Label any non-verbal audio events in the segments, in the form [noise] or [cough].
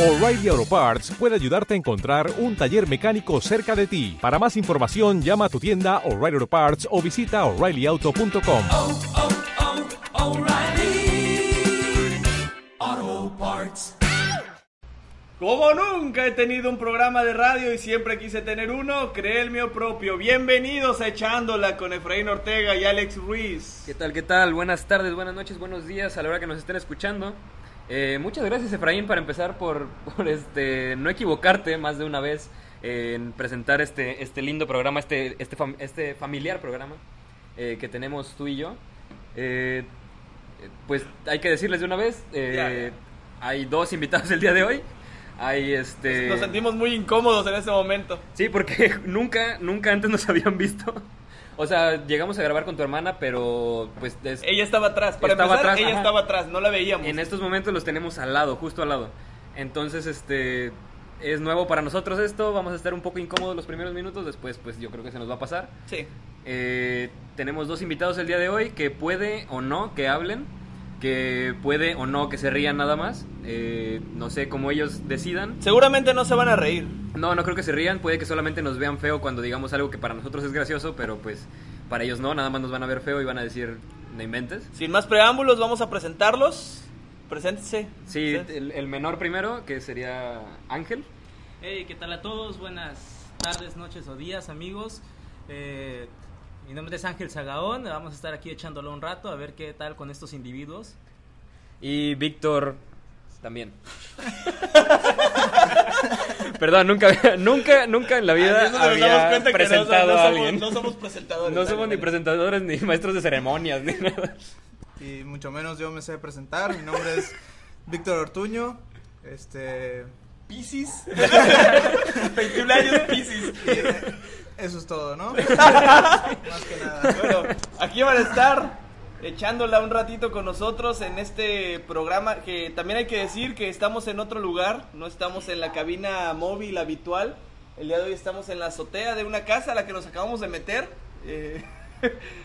O'Reilly Auto Parts puede ayudarte a encontrar un taller mecánico cerca de ti. Para más información, llama a tu tienda O'Reilly Auto Parts o visita oreillyauto.com. oh, oh, O'Reilly. Auto Parts. Como nunca he tenido un programa de radio y siempre quise tener uno, creé el mío propio. Bienvenidos a Echándola con Efraín Ortega y Alex Ruiz. ¿Qué tal? ¿Qué tal? Buenas tardes, buenas noches, buenos días a la hora que nos estén escuchando. Eh, muchas gracias Efraín para empezar por, [laughs] por este no equivocarte más de una vez eh, en presentar este, este lindo programa, este, este, fam- este familiar programa eh, que tenemos tú y yo. Eh, pues hay que decirles de una vez, eh, hay dos invitados el día de hoy. Hay este... Nos sentimos muy incómodos en este momento. Sí, porque [laughs] nunca, nunca antes nos [laughs] habían visto. O sea, llegamos a grabar con tu hermana, pero pues es- Ella estaba atrás, para Estaba empezar, atrás, ella ajá. estaba atrás, no la veíamos. en estos momentos los tenemos al lado, justo al lado. Entonces, este es nuevo para nosotros esto, vamos a estar un poco incómodos los primeros minutos, después pues yo creo que se nos va a pasar. Sí. Eh, tenemos dos invitados el día de hoy que puede o no que hablen, que puede o no que se rían nada más. Eh, no sé cómo ellos decidan. Seguramente no se van a reír. No, no creo que se rían, puede que solamente nos vean feo cuando digamos algo que para nosotros es gracioso, pero pues para ellos no, nada más nos van a ver feo y van a decir, no inventes. Sin más preámbulos, vamos a presentarlos. Preséntese. Sí, Usted. el, el menor primero, que sería Ángel. Hey, ¿qué tal a todos? Buenas tardes, noches o días, amigos. Eh, mi nombre es Ángel Sagaón. Vamos a estar aquí echándolo un rato a ver qué tal con estos individuos. Y Víctor también. [laughs] Perdón, nunca, había- nunca, nunca en la vida Ahí es donde nos damos había cuenta que no- presentado no, a somos- alguien. no somos presentadores. No Dale, somos ni dale. presentadores ni maestros de ceremonias ni nada. y mucho menos yo me sé presentar. Mi nombre es Víctor Ortuño. Este, Piscis. [laughs] 21 años Piscis. eso es todo, ¿no? Más que nada. Bueno, aquí van a estar echándola un ratito con nosotros en este programa que también hay que decir que estamos en otro lugar, no estamos en la cabina móvil habitual. El día de hoy estamos en la azotea de una casa a la que nos acabamos de meter. Eh,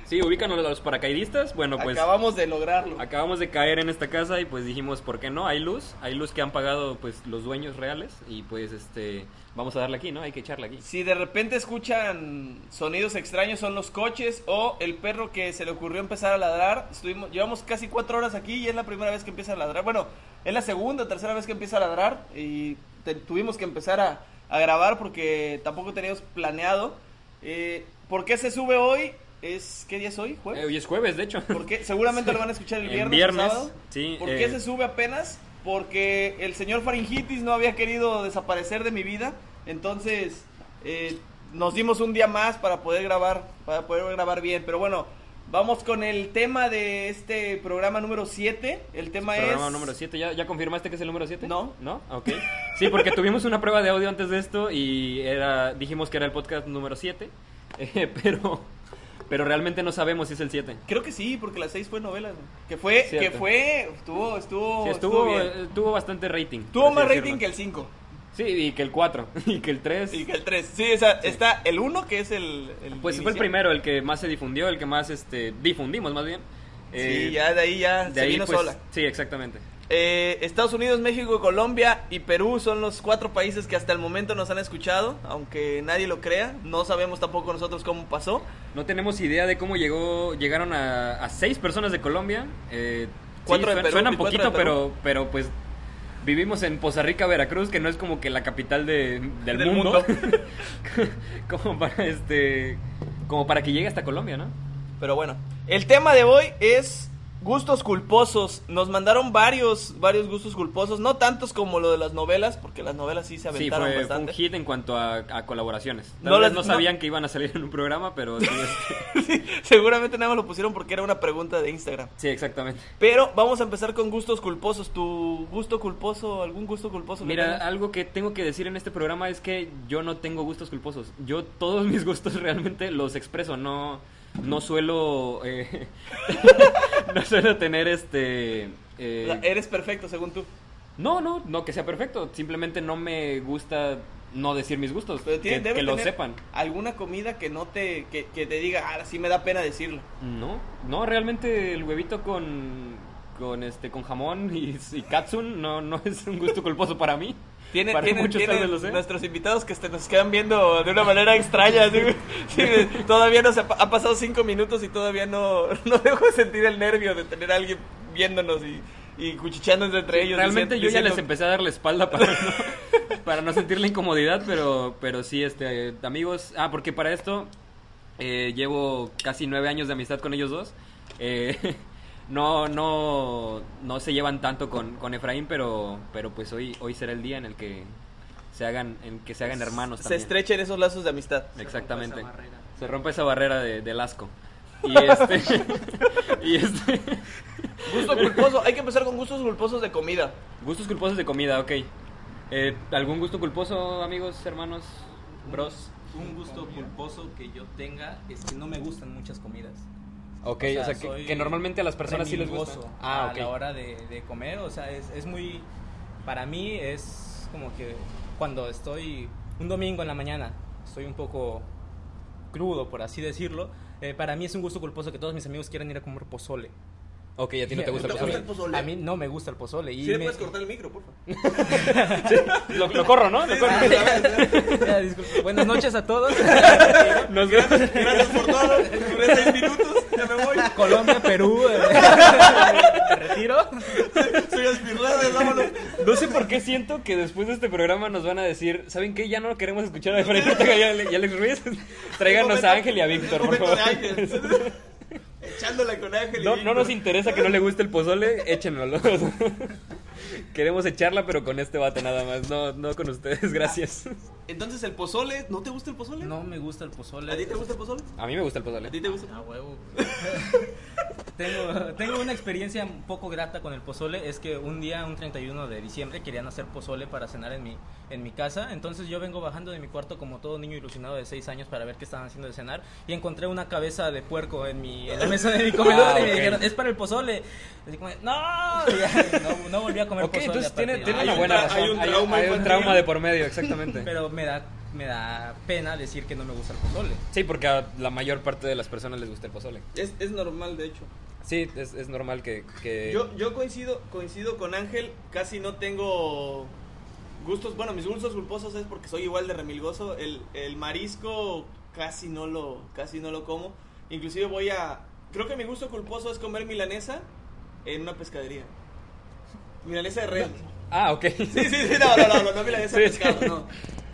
Sí, ubican a los paracaidistas. Bueno, pues acabamos de lograrlo. acabamos de caer en esta casa y pues dijimos, ¿por qué no? Hay luz, hay luz que han pagado pues los dueños reales y pues este vamos a darle aquí, ¿no? Hay que echarla aquí. Si de repente escuchan sonidos extraños son los coches o el perro que se le ocurrió empezar a ladrar. Estuvimos, llevamos casi cuatro horas aquí y es la primera vez que empieza a ladrar. Bueno, es la segunda, tercera vez que empieza a ladrar y te- tuvimos que empezar a, a grabar porque tampoco teníamos planeado. Eh, ¿Por qué se sube hoy? Es ¿Qué día es hoy? Eh, ¿Jueves? hoy es jueves, de hecho. ¿Por qué? [laughs] Seguramente lo van a escuchar el En viernes. o viernes, sábado. sí, ¿Por eh. qué se sube apenas? Porque el señor Faringitis no había querido desaparecer de mi vida. Entonces, eh, nos dimos un día más para poder grabar, para poder grabar bien. Pero bueno, vamos con el tema de este programa número 7. El tema Programa es... número 7, ¿Ya, ¿ya confirmaste que es el número 7? No. ¿No? Ah, Ok. Sí, porque tuvimos una prueba de audio antes de esto y era, dijimos que era el podcast número [laughs] 7, pero, pero realmente no sabemos si es el 7. Creo que sí, porque las 6 fue novela. ¿no? Que fue, que Cierto. fue, estuvo, estuvo, Sí, Oh, estuvo, estuvo, bien. eh, tuvo bastante rating. Tuvo más rating que el 5 Sí, y que el 4, [laughs] y que el 3. y que el 3. Sí, o sea, está el 1 que es el... el Pues fue el inicial. primero, el que más se difundió, el que más este, difundimos más bien. Eh, sí, ya de ahí ya de se ahí, vino pues, sola. Sí, exactamente. Eh, Estados Unidos, México, Colombia y Perú son los cuatro países que hasta el momento nos han escuchado, aunque nadie lo crea. No sabemos tampoco nosotros cómo pasó. No tenemos idea de cómo llegó, llegaron a, a seis personas de Colombia. Eh, Cuatro de suen- Perú y Suenan cuatro poquito, de Perú. pero, pero pues vivimos en Poza Rica, Veracruz, que no es como que la capital de- del, Del mundo. mundo. [laughs] como para este, como para que llegue hasta Colombia, ¿no? Pero bueno, el tema de hoy es gustos culposos. Nos mandaron varios, varios gustos culposos, no tantos como lo de las novelas, porque las novelas sí se Sí, aventaron fue, fue un bastante. hit en cuanto a, a colaboraciones. Tal No vez las- no sabían que iban a salir en un programa, pero sí, este, [laughs] [laughs] Seguramente nada más lo pusieron porque era una pregunta de Instagram. sí, exactamente. Pero vamos a empezar con gustos culposos. ¿Tu gusto culposo, algún gusto culposo? que Mira, tengas? algo que tengo que decir en este programa es que yo no tengo gustos culposos. Yo todos [laughs] mis gustos realmente los expreso, no no suelo eh, [laughs] no suelo tener este eh, O sea, eres perfecto según tú. no, no, no que sea perfecto, simplemente no me gusta no decir mis gustos, Pero tiene, que, debe que lo tener sepan. Alguna comida que no te, que, que te diga, ah, sí me da pena decirlo. No, no realmente el huevito con con este con jamón y, y katsun no, no es un gusto culposo para mí. Tiene, para tienen- muchos tienen tal vez lo sea. nuestros invitados que se nos quedan viendo de una manera extraña. así, güey. Sí, [laughs] güey, todavía no se ha, pa- ha pasado cinco minutos y todavía no, [laughs] no dejo de sentir el nervio de tener a alguien viéndonos y, y cuchicheándonos entre ellos. Realmente dicien- yo ya les diciendo- empecé a dar la espalda para no, [laughs] para no sentir la incomodidad, pero, pero sí, este, eh, amigos. Ah, porque para esto eh, llevo casi nueve años de amistad con ellos dos. Eh, [laughs] no, no, no se llevan tanto con, con Efraín, pero, pero pues hoy, hoy será el día en el que se hagan, en que se hagan hermanos Se también. estrechen esos lazos de amistad. Exactamente. Esa barrera. Se rompe esa barrera de, del asco. Y este, [laughs] y este. Gusto culposo, hay que empezar con gustos culposos de comida. Gustos culposos de comida, ok. Eh, ¿Algún gusto culposo, amigos, hermanos, bros? Un gusto culposo que yo tenga es que no me gustan muchas comidas. Ok, O sea, o sea, que- soy que, normalmente a las personas sí les gusta. remilgoso Ah, A la ok. hora de, de comer, o sea, es, es muy. Para mí es como que cuando estoy un domingo en la mañana, estoy un poco crudo, por así decirlo. eh, para mí es un gusto culposo que todos mis amigos quieran ir a comer pozole. Ok, a ti no te [laughs] gusta el pozole. A mí no me gusta el pozole. Y Si le me- [laughs] puedes cortar el micro, por favor. Lo, lo corro, ¿no? Lo corro. Ya, disculpe. Buenas noches [laughs] a todos. Nos vemos. pues, [laughs] Gracias por todo. [laughs] Duré seis minutos. Ya me [laughs] voy. Colombia, Perú. eh, [laughs] me retiro. Soy espirrada, vámonos. No sé por qué siento que después de este programa nos van a decir, ¿saben qué? Ya no lo queremos escuchar a [laughs] Efraín Ortega y Ale- y Alex Ruiz. Tráiganos a Ángel y a Víctor, por Momento favor. de [laughs] [laughs] Ángel. Echándola con Ángel. y No, no Víctor. nos interesa que no le guste el pozole, échenlo. [laughs] Queremos echarla, pero con este vato nada más, no, no con ustedes, [laughs] gracias. Entonces, el pozole. ¿No te gusta el pozole? No me gusta el pozole. ¿A ti te gusta el pozole? A mí me gusta el ¿A pozole. ti te gusta? A huevo. tengo, [laughs] tengo una experiencia un poco grata con el pozole. Es que un día, un 31 de diciembre, querían hacer pozole para cenar en mi, en mi casa. Entonces yo vengo bajando de mi cuarto como todo niño ilusionado de 6 años para ver qué estaban haciendo de cenar. Y encontré una cabeza de puerco en, mi, en la [laughs] mesa de mi comedor. Ah, Y me ok. dijeron, es para el pozole. Así como, no, Y ya, [laughs] no, no volví a comer Ok, pozole. entonces a tiene, partir tiene de ahí. una un buena tra- razón. hay un trauma hay un infantil. trauma de por medio, exactamente. [laughs] Pero me da, me da pena decir que no me gusta el pozole. Sí, porque a la mayor parte de las personas les gusta el pozole. [laughs] Es, es normal, de hecho. Sí, es, es normal que... Eh. que- Yo, yo coincido, coincido con Ángel, casi no tengo gustos, bueno, mis gustos culposos es porque soy igual de remilgoso, el, el marisco casi no lo casi no lo como, inclusive voy a creo que mi gusto culposo es comer milanesa en una pescadería. Milanesa de [laughs] res. Ah, ok. [laughs] Sí, sí, sí, no, no, no, no, no milanesa de Sí, sí. pescado, no.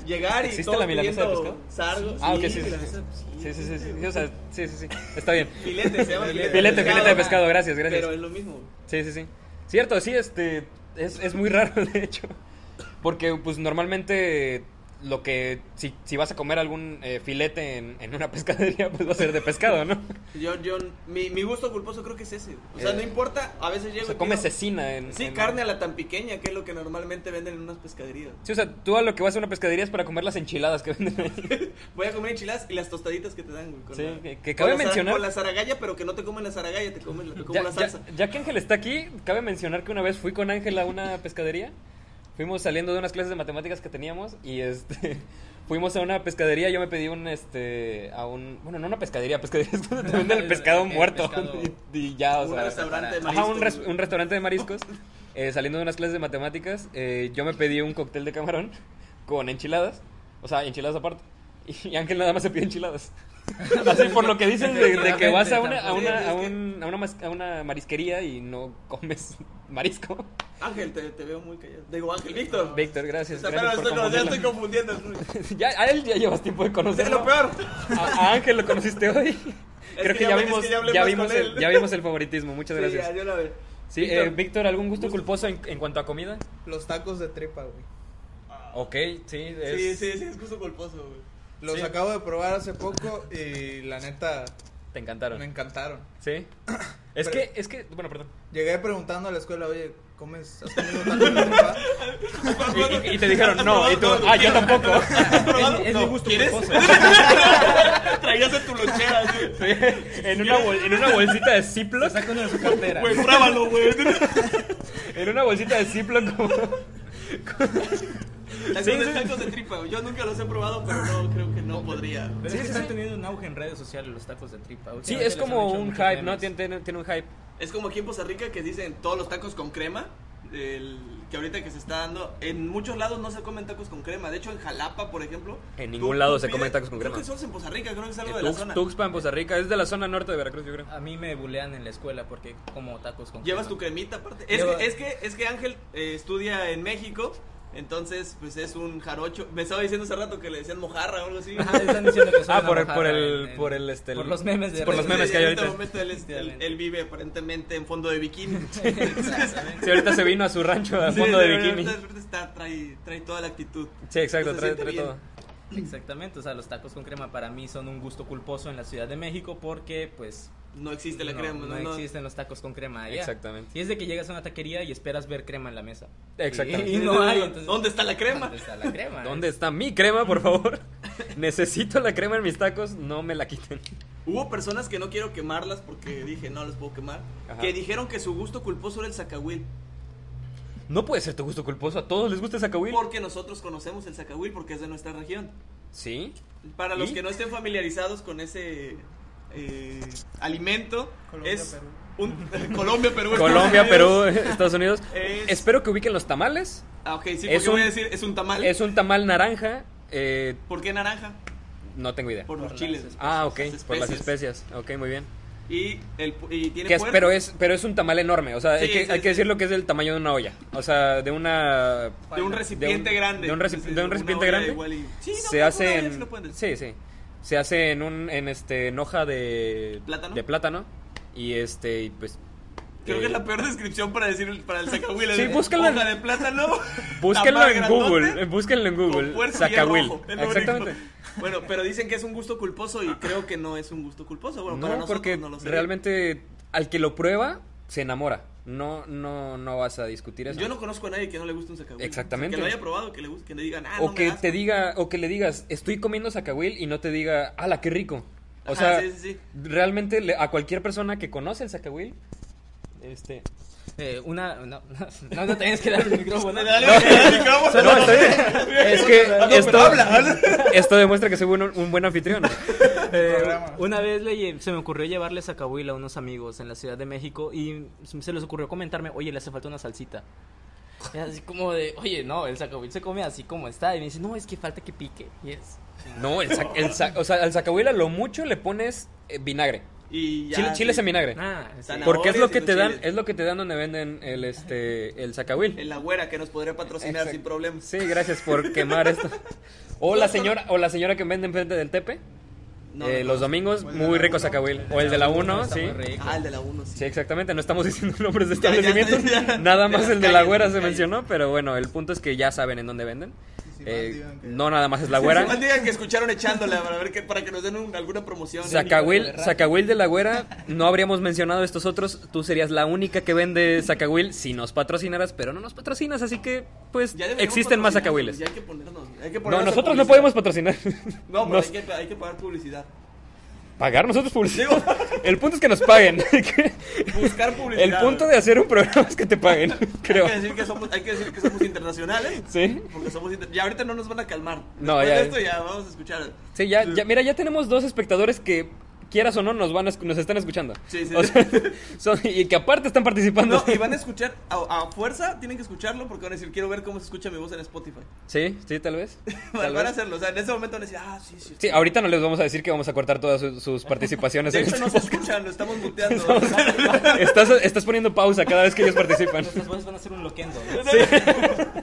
Llegar y ¿Existe todos la milanesa de pidiendo pescado? sargo, Ah, ok, sí, sí, sí, sí. milanesa, pues, Sí, sí, sí, sí, sí, o sea, sí, sí, sí. Está bien. Filete, se llama filete. Filete, filete de pescado, gracias, gracias. Pero es lo mismo. Sí, sí, sí. Cierto, sí, este. Es, es muy raro, [laughs] de hecho. Porque, pues, normalmente. Lo que. Si, si vas a comer algún eh, filete en, en una [laughs] pescadería, pues va a ser de pescado, ¿no? Yo, yo, mi, mi gusto culposo creo que es ese. O sea, Eh, no importa, a veces llego O y sea, come pido- cecina en. Sí, en- carne a la tan pequeña, que es lo que normalmente venden en unas pescaderías. Sí, o sea, tú a lo que vas a una pescadería es para comer las enchiladas que venden [laughs] ahí. Voy a comer enchiladas y las tostaditas que te dan, güey. con Sí, la- que- que con cabe la zara- mencionar- Con la zaragaya, pero que no te comen la zaragaya, te comen la, te comen Ya, la ya- salsa. ya que Ángel está aquí, cabe mencionar que una vez fui con Ángel a una pescadería. Fuimos saliendo de unas clases de matemáticas que teníamos y este [laughs] fuimos a una pescadería. Yo me pedí un este a un bueno no una pescadería, pescadería [laughs] es donde te venden el pescado [laughs] El muerto pescado. [laughs] Y, y ya o un sea, restaurante de ajá, mariscos. un, res- un restaurante de mariscos. Eh, saliendo de unas clases de matemáticas, eh, yo me pedí un cóctel de camarón [laughs] con enchiladas, o sea enchiladas aparte. [laughs] Y Ángel nada más se pide enchiladas. [laughs] Así por lo que dicen de, de que vas a una, a una, a un- a una mas- a una marisquería y no comes [laughs] marisco. Ángel, te, te veo muy callado. Digo, Ángel, Víctor. Víctor, gracias. Está- gracias pero por estoy, con- ya confundirlo. estoy confundiendo. Ya, a él ya llevas tiempo de Es conocerlo. lo peor. A, a Ángel lo conociste hoy. [laughs] Creo que que, ya ya, ven, es vimos, que ya hablé ya, más vimos con el, él. ya vimos el favoritismo. Muchas Sí, gracias. ya, yo la veo. Sí, eh, Víctor, ¿algún gusto culposo en, en cuanto a comida? Los tacos de tripa, güey. Ok, sí. Sí, sí, sí, es gusto culposo, güey. Los Sí. acabo de probar hace poco y la neta Te encantaron. me encantaron. Sí. Es Pero- que, es que, bueno, perdón. Llegué preguntando a la escuela, oye, ¿comes? ¿Has comido tacos de tripa? Y, y- y [laughs] te dijeron, no, y tú, ah, yo tampoco. Es, es mi gusto [laughs] culposo. Traías en tu lonchera, güey. Sí, en, una bol- en una bolsita de Ziploc. Saca uno de su cartera. Güey, pruébalo, [laughs] güey. En una bolsita de Ziploc. como- Las Sí, cosas sí. de tacos de tripa, güey. Yo nunca los he probado, pero no, creo que no podría. Pero es que están teniendo un auge en redes sociales los tacos de tripa. Sí, Últimamente es les han como hecho un muchos hype, ¿no? memes. Tiene, tiene, tiene un hype. Es como aquí en Costa Rica que dicen todos los tacos con crema. el- que ahorita que se está dando, en muchos lados no se comen tacos con crema. De hecho, en Jalapa, por ejemplo. En tú- ningún tú lado se pides- comen tacos con crema. Creo que solo es en Costa Rica, creo que es algo de la Eh, Tux- zona. Tuxpan, Costa Rica, es de la zona norte de Veracruz, yo creo. A mí me bulean en la escuela porque como tacos con Llevas tu crema. cremita aparte. Es, Lleva- que, es, que, es que Ángel eh, estudia en México, entonces pues es un jarocho. Me estaba diciendo hace rato que le decían mojarra o algo así. Ah, están diciendo que soy Ah, una por el- mojarra por el- en- en- por el, este, el- por los memes de por los redes. memes que hay En este [laughs] ahorita. momento él, es- él- él vive aparentemente en fondo de bikini. [laughs] Sí, ahorita se vino a su rancho a [laughs] Sí, fondo de sí, bikini. ahorita- ahorita está- trae, trae toda la actitud. Sí, exacto, Se trae, siente trae bien. todo. Exactamente, o sea, los tacos con crema para mí son un gusto culposo en la Ciudad de México porque pues No existe la no, crema, no no, no. existen los tacos con crema allá. Exactamente. Y es de que llegas a una taquería y esperas ver crema en la mesa. Exactamente. Y, [laughs] y no hay, [laughs] entonces ¿Dónde está la crema? ¿Dónde está la crema? ¿Dónde está mi crema, por favor? [laughs] Necesito la crema en mis tacos, no me la quiten. Hubo personas que no quiero quemarlas porque dije, no las puedo quemar. Ajá. Que dijeron que su gusto culposo era el sacahuil. No puede ser tu gusto culposo, a todos les gusta esa cahuil. Porque nosotros conocemos el sacahuil porque es de nuestra región. Sí. Para los ¿Y? que no estén familiarizados con ese eh, alimento, Colombia, es Perú. un- [laughs] Colombia, Perú. Colombia, Estados Perú, Unidos. [laughs] Estados Unidos. Es- Espero que ubiquen los tamales. Ah, ok, sí, Es porque un- voy a decir, es un tamal. Es un tamal naranja. eh, ¿Por qué naranja? no tengo idea. Por, los las chiles. especias. Ah, ok, Las por las especias. especias. Ok, muy bien. Y, el, pu- y tiene Que es- puerco. pero, es, pero es un tamal enorme. O sea, hay, Sí, que, sí, hay que sí. decir lo que es del tamaño de una olla. O sea, de una. De un recipiente grande. De un, reci- Entonces, de un una recipiente olla grande. igual y- Sí, no, se creo que hace una olla sí en. lo pueden decir. sí, sí. Se hace en, un, en, este, en hoja de. ¿Plátano? De plátano. Y este, y pues. Creo eh, que es la peor descripción para decir el- para [laughs] el sacahuil. Sí, es búscala en- Hoja de plátano. Búsquenlo tamal en grandote, Google. eh, Búsquenlo en con Google. puerco y Sacahuil. rojo, es lo Exactamente. único. [laughs] Bueno, pero dicen que es un gusto culposo y creo que no es un gusto culposo. Bueno, para No, nosotros porque no lo sería. realmente al que lo prueba se enamora. No, no, no vas a discutir eso. Yo no conozco a nadie que no le guste un sacahuil. Exactamente. Que lo haya probado, que le guste, que le digan, ah, o no me que da asco". te diga, o que le digas, estoy comiendo sacahuil y no te diga, ala, qué rico. O Ajá, sea, sí, sí, sí. realmente le- a cualquier persona que conoce el sacahuil, este... Eh, una no, [laughs] no, no tienes que dar [laughs] el [laughs] micrófono. Dale, dale, el micrófono. No, está bien. [laughs] Es que esto, habla, esto demuestra que soy un, un buen anfitrión. Eh, programa. una vez le lle- se me ocurrió llevarles a Cahuil a unos amigos en la Ciudad de México y se les ocurrió comentarme, oye, le hace falta una salsita. Y así como de, oye, no, el Zacahuil se come así como está. Y me dice, no, es que falta que pique. Y es No, el, sac- el sac- o sea, al sacahuil a lo mucho le pones eh, vinagre. Y ya, Chile- chiles sí. en vinagre. Ah, sí. Zanahoria. Porque es Zanahorias lo y que los te dan, chiles. es lo que te dan donde venden el este el sacahuil. En la güera que nos podría patrocinar Exacto. sin problemas. Sí, gracias por quemar esto. [laughs] O la señora, o la señora que vende enfrente del Tepe. No, eh, no, los no. domingos, O el de muy la rico uno. sacahuil. O el de la 1, Está sí. muy rico. Ah, el de la 1, sí. Sí, exactamente. No estamos [laughs] diciendo nombres de Ya, ya, establecimientos. ya, ya. Nada De más las el de la calles, güera de se las calles. mencionó, pero bueno, el punto es que ya saben en dónde venden. si Eh, más digan que- no nada más es la Güera. güera. digan que escucharon echándola para ver que, para que nos den un- alguna promoción. Sacahuil, Sacahuil de la Güera, no habríamos mencionado estos otros. Tú serías la única que vende Sacahuil si nos patrocinaras, pero no nos patrocinas, así que pues Ya deberíamos existen más patrocinarnos, Sacahuiles. Ya hay que ponernos. Hay que No, ponernos a nosotros no publicidad. podemos patrocinar. [laughs] No, pero Nos- hay, que, hay que pagar publicidad. pagar nosotros publicidad. El punto es que nos [laughs] paguen. [laughs] Buscar publicidad. El punto de hacer un programa es que [laughs] te paguen, creo. Hay que decir que somos, hay que decir que somos internacionales. Sí. Porque somos inter- Ya ahorita no nos van a calmar. No, Después ya- de esto ya vamos a escuchar. Sí, ya, ya- mira, ya tenemos dos espectadores que quieras o no nos van a escu- nos están escuchando. Sí, sí, O sí. sea, [laughs] son- y que aparte están participando. No, y van a escuchar, a, a fuerza tienen que escucharlo porque van a decir, quiero ver cómo se escucha mi voz en Spotify. [laughs] Sí, sí, tal vez. Van, Tal van a vez. hacerlo, o sea, en ese momento van a decir, ah, sí, sí. Sí, ahorita no les vamos a decir que vamos a cortar todas su- sus participaciones. De en hecho, este [laughs] no se podcast. escuchan, lo estamos [laughs] muteando. estás, estás poniendo pausa cada vez que ellos participan. Nuestras voces van a ser un loquendo. [laughs] ¿no?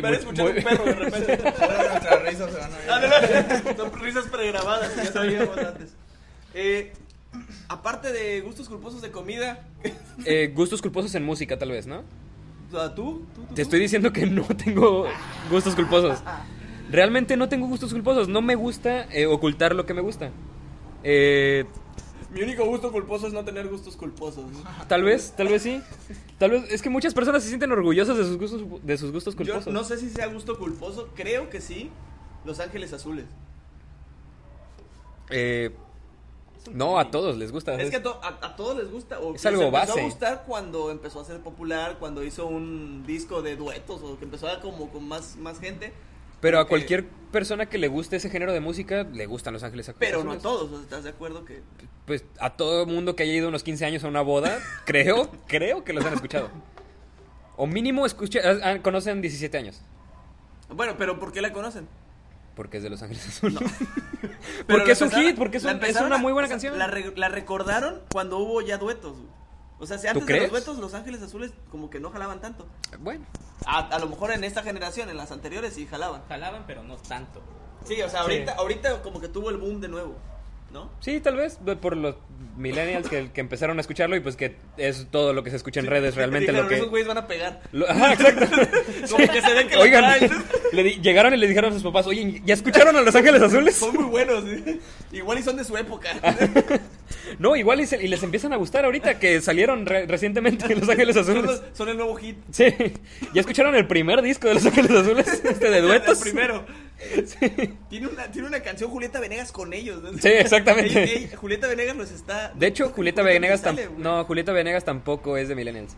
[laughs] Van a muy- escuchar muy- un perro de repente. [laughs] Ah, Ahora nuestras risas se van a ver. Dale, dale. Son risas pregrabadas, ya sabíamos antes. Eh, [clears throat] aparte de gustos culposos de comida, [laughs] [laughs] eh, gustos culposos en música, tal vez, ¿no? o sea, ¿tú? ¿Tú? tú, Te tú? estoy diciendo que no tengo gustos culposos. Realmente no tengo gustos culposos. No me gusta eh, ocultar lo que me gusta. Eh, Mi único gusto culposo es no tener gustos [laughs] culposos. tal vez, tal vez sí. Tal vez es que muchas personas se sienten orgullosas de sus gustos, de sus gustos Yo culposos. no sé si sea gusto culposo, creo que sí. Los Ángeles Azules. Eh, no, a todos les gusta. Es que a, to- a- a todos les gusta. O Es que algo les empezó base. a gustar cuando empezó a ser popular, cuando hizo un disco de duetos o que empezó a como con más, más gente. Eh, Pero a que- cualquier persona que le guste ese género de música, le gustan Los Ángeles Pero no a Azules. todos, o sea, ¿estás de acuerdo que Pues a todo mundo que haya ido unos 15 años a una boda, creo, creo que los han escuchado. O mínimo escucha, ah, ah, conocen 17 años, Bueno, pero ¿por qué la conocen? porque es de Los Ángeles Azules. Pero [laughs] porque la es un empezaron- hit, porque es, la un- es empezaron una a- muy buena o sea, canción. La, re- la recordaron cuando hubo ya duetos. güey. O sea, si antes de crees? los duetos Los Ángeles Azules como que no jalaban tanto. Bueno, A, a lo mejor en esta generación, en las anteriores sí jalaban. Jalaban, pero no tanto. Sí, o sea, ahorita, ahorita como que tuvo el boom de nuevo, ¿no? sí, tal vez de- por los millennials que, que empezaron a escucharlo y pues que es todo lo que se escucha en redes realmente Dijeron, lo que... Esos güeyes van a [laughs] pegar. lo- ajá, exacto. Como que se ve que lo Oigan, traen. [laughs] [laughs] le di- llegaron y le dijeron a sus papás, oye, ¿ya escucharon a Los Ángeles Azules? Son muy buenos. ¿eh? Igual y son de su [laughs] época. Ah, No, igual y, se- y les empiezan a gustar ahorita que salieron re- recientemente Los Ángeles son, Azules. los- son el nuevo hit. [laughs] Sí, ¿ya escucharon el primer disco de Los [laughs] Ángeles Azules? Este de duetos. El primero. [laughs] Sí. Tiene una, tiene una canción Julieta Venegas con ellos. ¿no? Sí, exactamente. Ey, ey, Julieta Venegas los está. De hecho, Julieta Venegas sale, tampoco. güey. No, Julieta Venegas tampoco es de Millennials.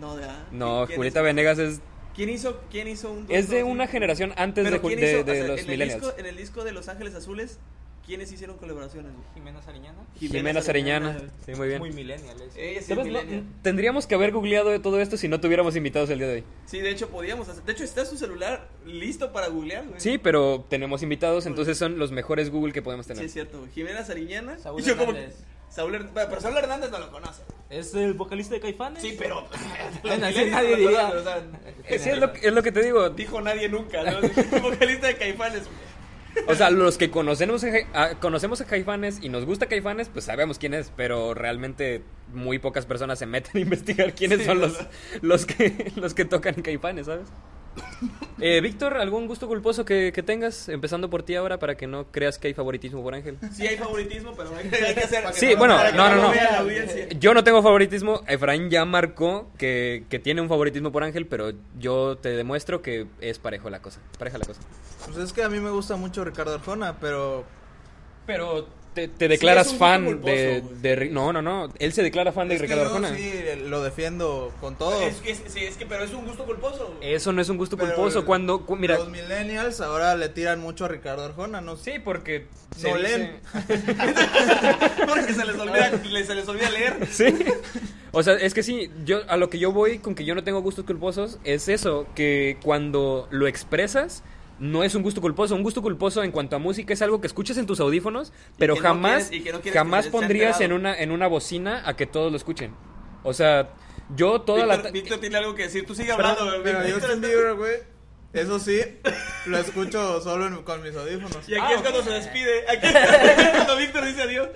No, de- ah, No, ¿quién Julieta hizo- Venegas es, ¿Quién hizo, quién hizo un.? es de dueto una así? generación antes de, Pero ju- ¿quién de- hizo- de o sea, en los el, Millennials. disco, en el disco de Los Ángeles Azules, ¿quiénes hicieron colaboraciones? güey? Jimena Sariñana. Jimena Sariñana. Sí, muy bien. Muy millennial. es. Ella sí es ¿Sabes? No, mm. millennial. tendríamos que haber googleado de todo esto si no tuviéramos invitados el día de hoy. Sí, de hecho podíamos hacer. De hecho, está su celular listo para googlear, güey. Sí, pero tenemos invitados, entonces son los mejores Google que podemos Sí, tener. es cierto, güey. Jimena Sariñana. Saúl y [laughs] yo como Hernández. que- Saúl Her- bueno, Pero Saúl Hernández no lo conoce. Es el vocalista de Caifanes. Sí, pero. [laughs] Bueno, así Millennials nadie no lo diría. conocen, o sea, Sí, es lo, es lo que te digo. Dijo [laughs] nadie nunca, ¿no? Vocalista de Caifanes. O sea, los que conocemos a, Ja- a- conocemos a Caifanes y nos gusta Caifanes, pues sabemos quién es, pero realmente muy pocas personas se meten a investigar quiénes Sí, son los, ¿verdad? los, que, los que tocan [laughs] Caifanes, ¿sabes? Eh, Víctor, ¿algún gusto culposo que, que tengas? Empezando por ti ahora, para que no creas que hay favoritismo por Ángel. Sí hay favoritismo, pero hay que, hay que hacer. Sí, bueno, para que no, no, lo no. vea la audiencia. Eh, Yo no tengo favoritismo. Efraín ya marcó que, que tiene un favoritismo por Ángel, pero yo te demuestro que es parejo la cosa. Pareja la cosa. Pues es que a mí me gusta mucho Ricardo Arjona, pero Pero te, te declaras es un fan gusto de, culposo, güey. de Ri- No, no, no. Él se declara fan de es que Ricardo yo Arjona. sí lo defiendo con todo. Es que, sí, es que, pero es un gusto culposo. güey. Eso no es un gusto Pero culposo. el- Cuando. cu- mira. Los millennials ahora le tiran mucho a Ricardo Arjona, no sé. Sí, porque. dice- No leen. [laughs] Porque se les olvida, le- se les olvida leer. [laughs] Sí. O sea, es que sí, yo a lo que yo voy con que yo no tengo gustos culposos es eso, que cuando lo expresas no es un gusto culposo, un gusto culposo en cuanto a música es algo que escuchas en tus audífonos, pero que no jamás quieres- y que no quieres jamás que sea pondrías en alterado. una en una bocina a que todos lo escuchen. O sea, yo toda la ta- Víctor, Víctor tiene algo que decir. Tú sigue hablando, güey. Pero [laughs] yo Víctor Justin está- Bieber, güey, eso sí, lo escucho solo en- con mis audífonos. Y aquí es cuando se Ah, despide. Aquí es cuando Víctor dice [laughs] adiós.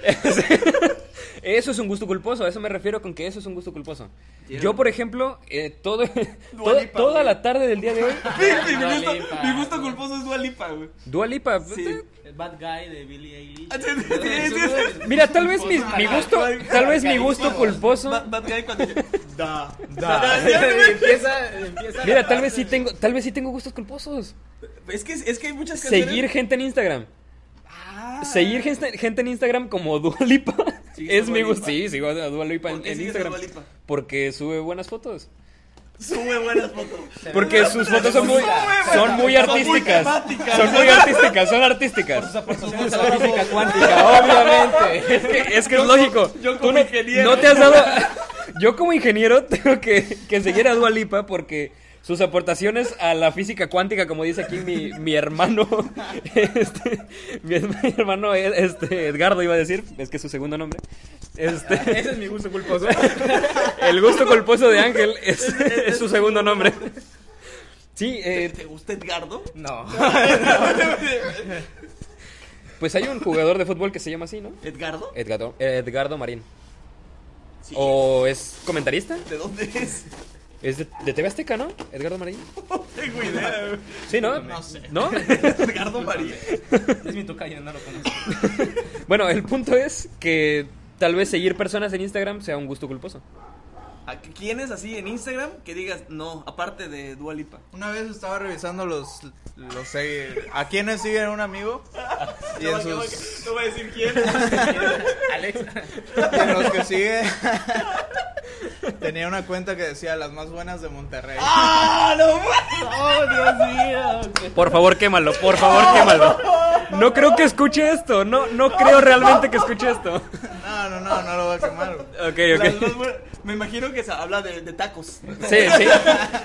Eso es un gusto culposo, a eso me refiero con que eso es un gusto culposo. Yo, por ejemplo, eh, todo, [laughs] todo- Lipa, toda güey. la tarde del día [laughs] de hoy, Mi, mi- mi Dua gusto, Lipa. mi gusto culposo es Dua Lipa, güey. Dua Lipa, eh, Sí. El Bad Guy de Billie Eilish. [laughs] Ah, sí, sí, sí, sí. Mira, tal vez mi, mi gusto, tal vez mi gusto culposo. Bad- Bad Guy cuando yo- Da. [laughs] [laughs] empieza, empieza. Mira, tal vez sí tengo, tal vez sí tengo gustos culposos. Es que, es que hay muchas canciones. Seguir gente en Instagram. Ah. Seguir gente, gente en Instagram como Dua Lipa [laughs] ¿Sigues es a mi Dua gusto. Lipa? Sí, sigo a Dua Lipa en, ¿Por qué en sigues a Instagram. Dua Lipa? Porque sube buenas fotos. Sube buenas fotos. Porque sus fotos son muy, buenas. son muy Son muy artísticas. temáticas. Son muy artísticas, son artísticas. Somos la física [laughs] cuántica. Obviamente. [laughs] Es que es, que es lógico. yo Oh, Tú como no, ingeniero. no te has dado. Yo como ingeniero tengo que, que seguir a Dualipa porque sus aportaciones a la física cuántica, como dice aquí mi, mi hermano, [laughs] este, mi, mi hermano este, Edgardo iba a decir, es que es su segundo nombre. Este, Ese es mi gusto culposo. [laughs] El gusto culposo de Ángel es, es su segundo nombre. Sí, ¿Te, eh, te gusta [laughs] Edgardo? No. pues hay un jugador de fútbol que se llama así, ¿no? ¿Edgardo? Edgardo, Edgardo Marín. Sí. ¿O es comentarista? ¿De dónde es? [laughs] Es de, de TV Azteca, ¿no? Edgardo Marín. Tengo idea, güey. Sí, ¿no? No [laughs] sé. ¿No? Edgardo María. Es mi tocayo, no lo conozco. bueno, el punto es que tal vez seguir personas en Instagram sea un gusto culposo. ¿A qué- ¿Quién es así en Instagram que digas no, aparte de Dua Lipa? Una vez estaba revisando los, los segui- a quienes siguen un amigo y en No, sus no voy a decir quién. Alex. Y en los que sigue. [laughs] Tenía una cuenta que decía las más buenas de Monterrey. [laughs] ¡Ah, no mames! ¡Oh, Dios mío! Por favor, quémalo, por favor, quémalo. No creo que escuche esto, no, no creo realmente que escuche esto. No, no, no, no lo voy a quemar. güey. Ok, Las ok. más buenas- Me imagino que se habla de, de tacos. Sí, sí.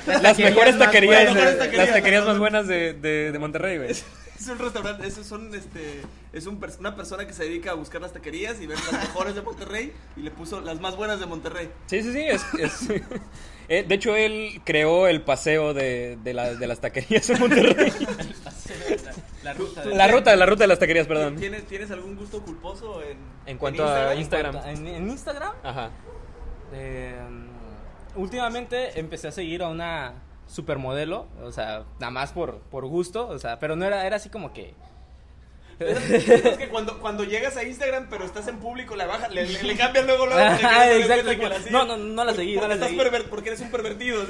Las mejores taquerías, buenas, de- mejores taquerías. las taquerías más buenas de, de, de Monterrey, güey. Es un restaurante, es, son, este, es un pers- una persona que se dedica a buscar las taquerías y ver las mejores de Monterrey y le puso las más buenas de Monterrey. Sí, sí, sí. es- es- [laughs] Eh, de hecho, él creó el paseo de, de, la- de las taquerías en Monterrey. La ruta de- La ruta, la ruta de las taquerías, perdón. ¿Tienes, ¿Tienes algún gusto culposo en, En cuanto a [laughs] Instagram. En, en Instagram, Ajá. eh, últimamente empecé a seguir a una supermodelo, o sea, nada más por, por gusto, o sea, pero no era, era así como que... Es que cuando, cuando llegas a Instagram pero estás en público la baja, le, le, le cambias luego luego. [laughs] Ah, le cambias luego exacto, el que la sigue. no, no, no la seguí, no Porque la estás seguí. perver- porque eres un pervertido.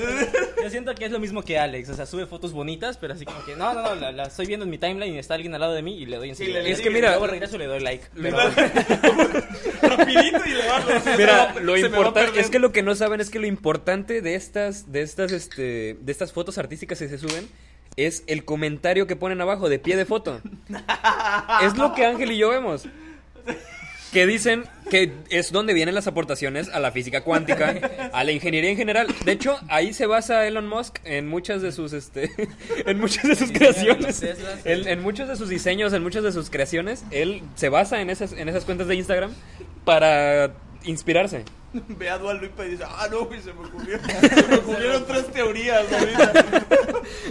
Yo siento que es lo mismo que Alex, o sea, sube fotos bonitas, pero así como que, no, no, no, la, la estoy viendo en mi timeline y está alguien al lado de mí y le doy en Sí, seguida. le- Es que mira- Luego regreso y le doy like. pero- [laughs] Rapidito y le bajas. Mira, lo Se me va a importante perder. es que lo que no saben es que lo importante de estas, de estas, este, de estas fotos artísticas que se suben es el comentario que ponen abajo de pie de foto. es lo que Ángel y yo vemos. Que dicen que es donde vienen las aportaciones a la física cuántica, a la ingeniería en general. De hecho, ahí se basa Elon Musk en muchas de sus, este, [laughs] en muchas de sus Diseño de los creaciones. Teslas. Él- en muchos de sus diseños, en muchas de sus creaciones, él se basa en esas, en esas cuentas de Instagram para [laughs] inspirarse. Ve a Dual Lipa y dice, ah, no, güey, se me ocurrió. [laughs] Se me ocurrieron tres teorías ahorita.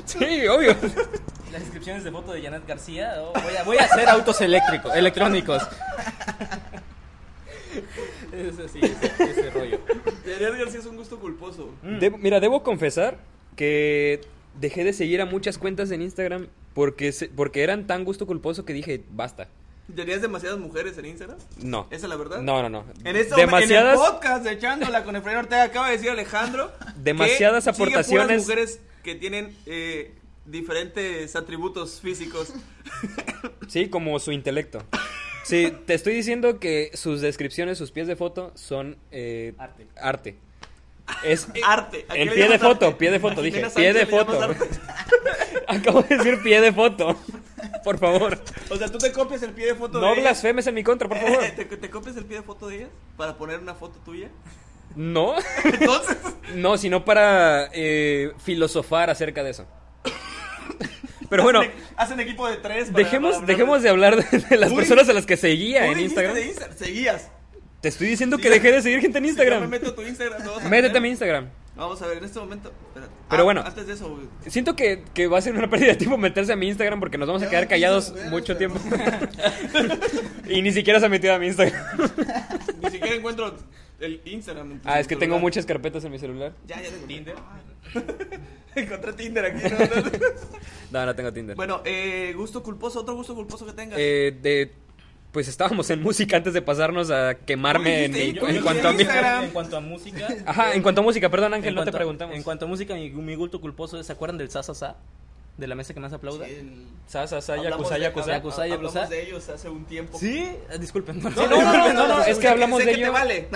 Sí, obvio. Las inscripciones de foto de Janet García, oh, voy, a, voy a hacer autos eléctricos, electrónicos. [laughs] Es así, ese, ese rollo. Daniel García es un gusto culposo. Debo- mira, debo confesar que dejé de seguir a muchas cuentas en Instagram porque, se- porque eran tan gusto culposo que dije, basta. ¿Tenías demasiadas mujeres en Instagram? No. ¿Esa es la verdad? No, no, no. En este demasiadas, en el podcast de Echándola con Efraín Ortega acaba de decir Alejandro Demasiadas que sigue puras aportaciones. mujeres que tienen eh, diferentes atributos físicos. Sí, como [laughs] su intelecto. Sí, te estoy diciendo que sus descripciones, sus pies de foto son eh, Arte. arte. Es [laughs] Arte. ¿A qué El le pie de llamas foto, arte? pie de foto, ¿A dije, Jimena pie de Sánchez le foto. llamas arte? Acabo de decir pie de foto. Por [laughs] favor. O sea, tú te copias el pie de foto No de ellas? blasfemes en mi contra, por favor. [laughs] ¿Te, te copias el pie de foto de ellas para poner una foto tuya? No. [laughs] Entonces, No, sino para eh, filosofar acerca de eso. Pero bueno, hacen, hacen equipo de tres. para- para dejemos, hablar dejemos de hablar de, de las Tú personas dijiste- a las que Tú seguía en dijiste Instagram. de Instagram, Seguías. Te estoy diciendo Sí, que ya- dejé de seguir gente en Si yo Instagram. me meto a tu Instagram. no vas a Métete tener. a mi Instagram. Vamos a ver, en este momento. espérate. Pero Ah, bueno. Antes de eso, güey. Siento que, que va a ser una pérdida de tiempo meterse a mi Instagram porque nos vamos a Ya quedar me puse callados mujeres, mucho pero- tiempo. [laughs] y ni siquiera se ha metido a mi Instagram. Ni siquiera encuentro el Instagram. en tu Ah, es que tengo celular. muchas carpetas en mi celular. Ya, ya tengo Tinder. [laughs] Encontré Tinder aquí. ¿no? No, no. No, no tengo [laughs] Tinder. bueno, eh, gusto culposo, otro gusto culposo que tengas. Eh, de, pues estábamos en música antes de pasarnos a quemarme en, Uy, mi- dijiste, yo- en yo cuanto a dije mí. Instagram. En cuanto [laughs] a música... Ajá, en cuanto a música, perdón en Ángel, no cuanto- te preguntamos. En cuanto a música, mi, mi gusto culposo es, ¿se acuerdan del Sasasa? ¿De la mesa que más aplauda? El- Sa, sa, sa, hablamos yakuza, de- yakuza. [laughs] habla- Yakuza, hablamos yakuza. de ellos hace un tiempo. [laughs] ¿Sí? Eh, Disculpen. No, no, no, no, no, no, es que hablamos sé de que te ello. vale.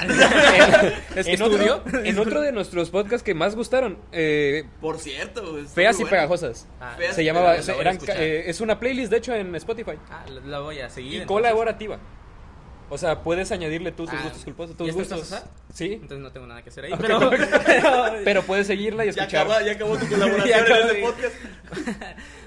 Es que en, otro, estudio. en otro de nuestros podcasts que más gustaron, eh, Por cierto. está Feas muy y bueno. Pegajosas. Ah, Feas Se y llamaba, Pegajosas, se- la voy a eran ca- escuchar. eh, es una playlist de hecho en Spotify. Ah, la, la voy a seguir. Y entonces. colaborativa. O sea, puedes añadirle tú tus Ah, gustos culposos, ¿y tus está gustos. Sasa? Sí. Entonces no tengo nada que hacer ahí. Ok. [laughs] [laughs] Pero, Pero puedes seguirla Ya, y escuchar. acaba, ya [laughs] acabó tu Ya colaboración en acabé. este podcast.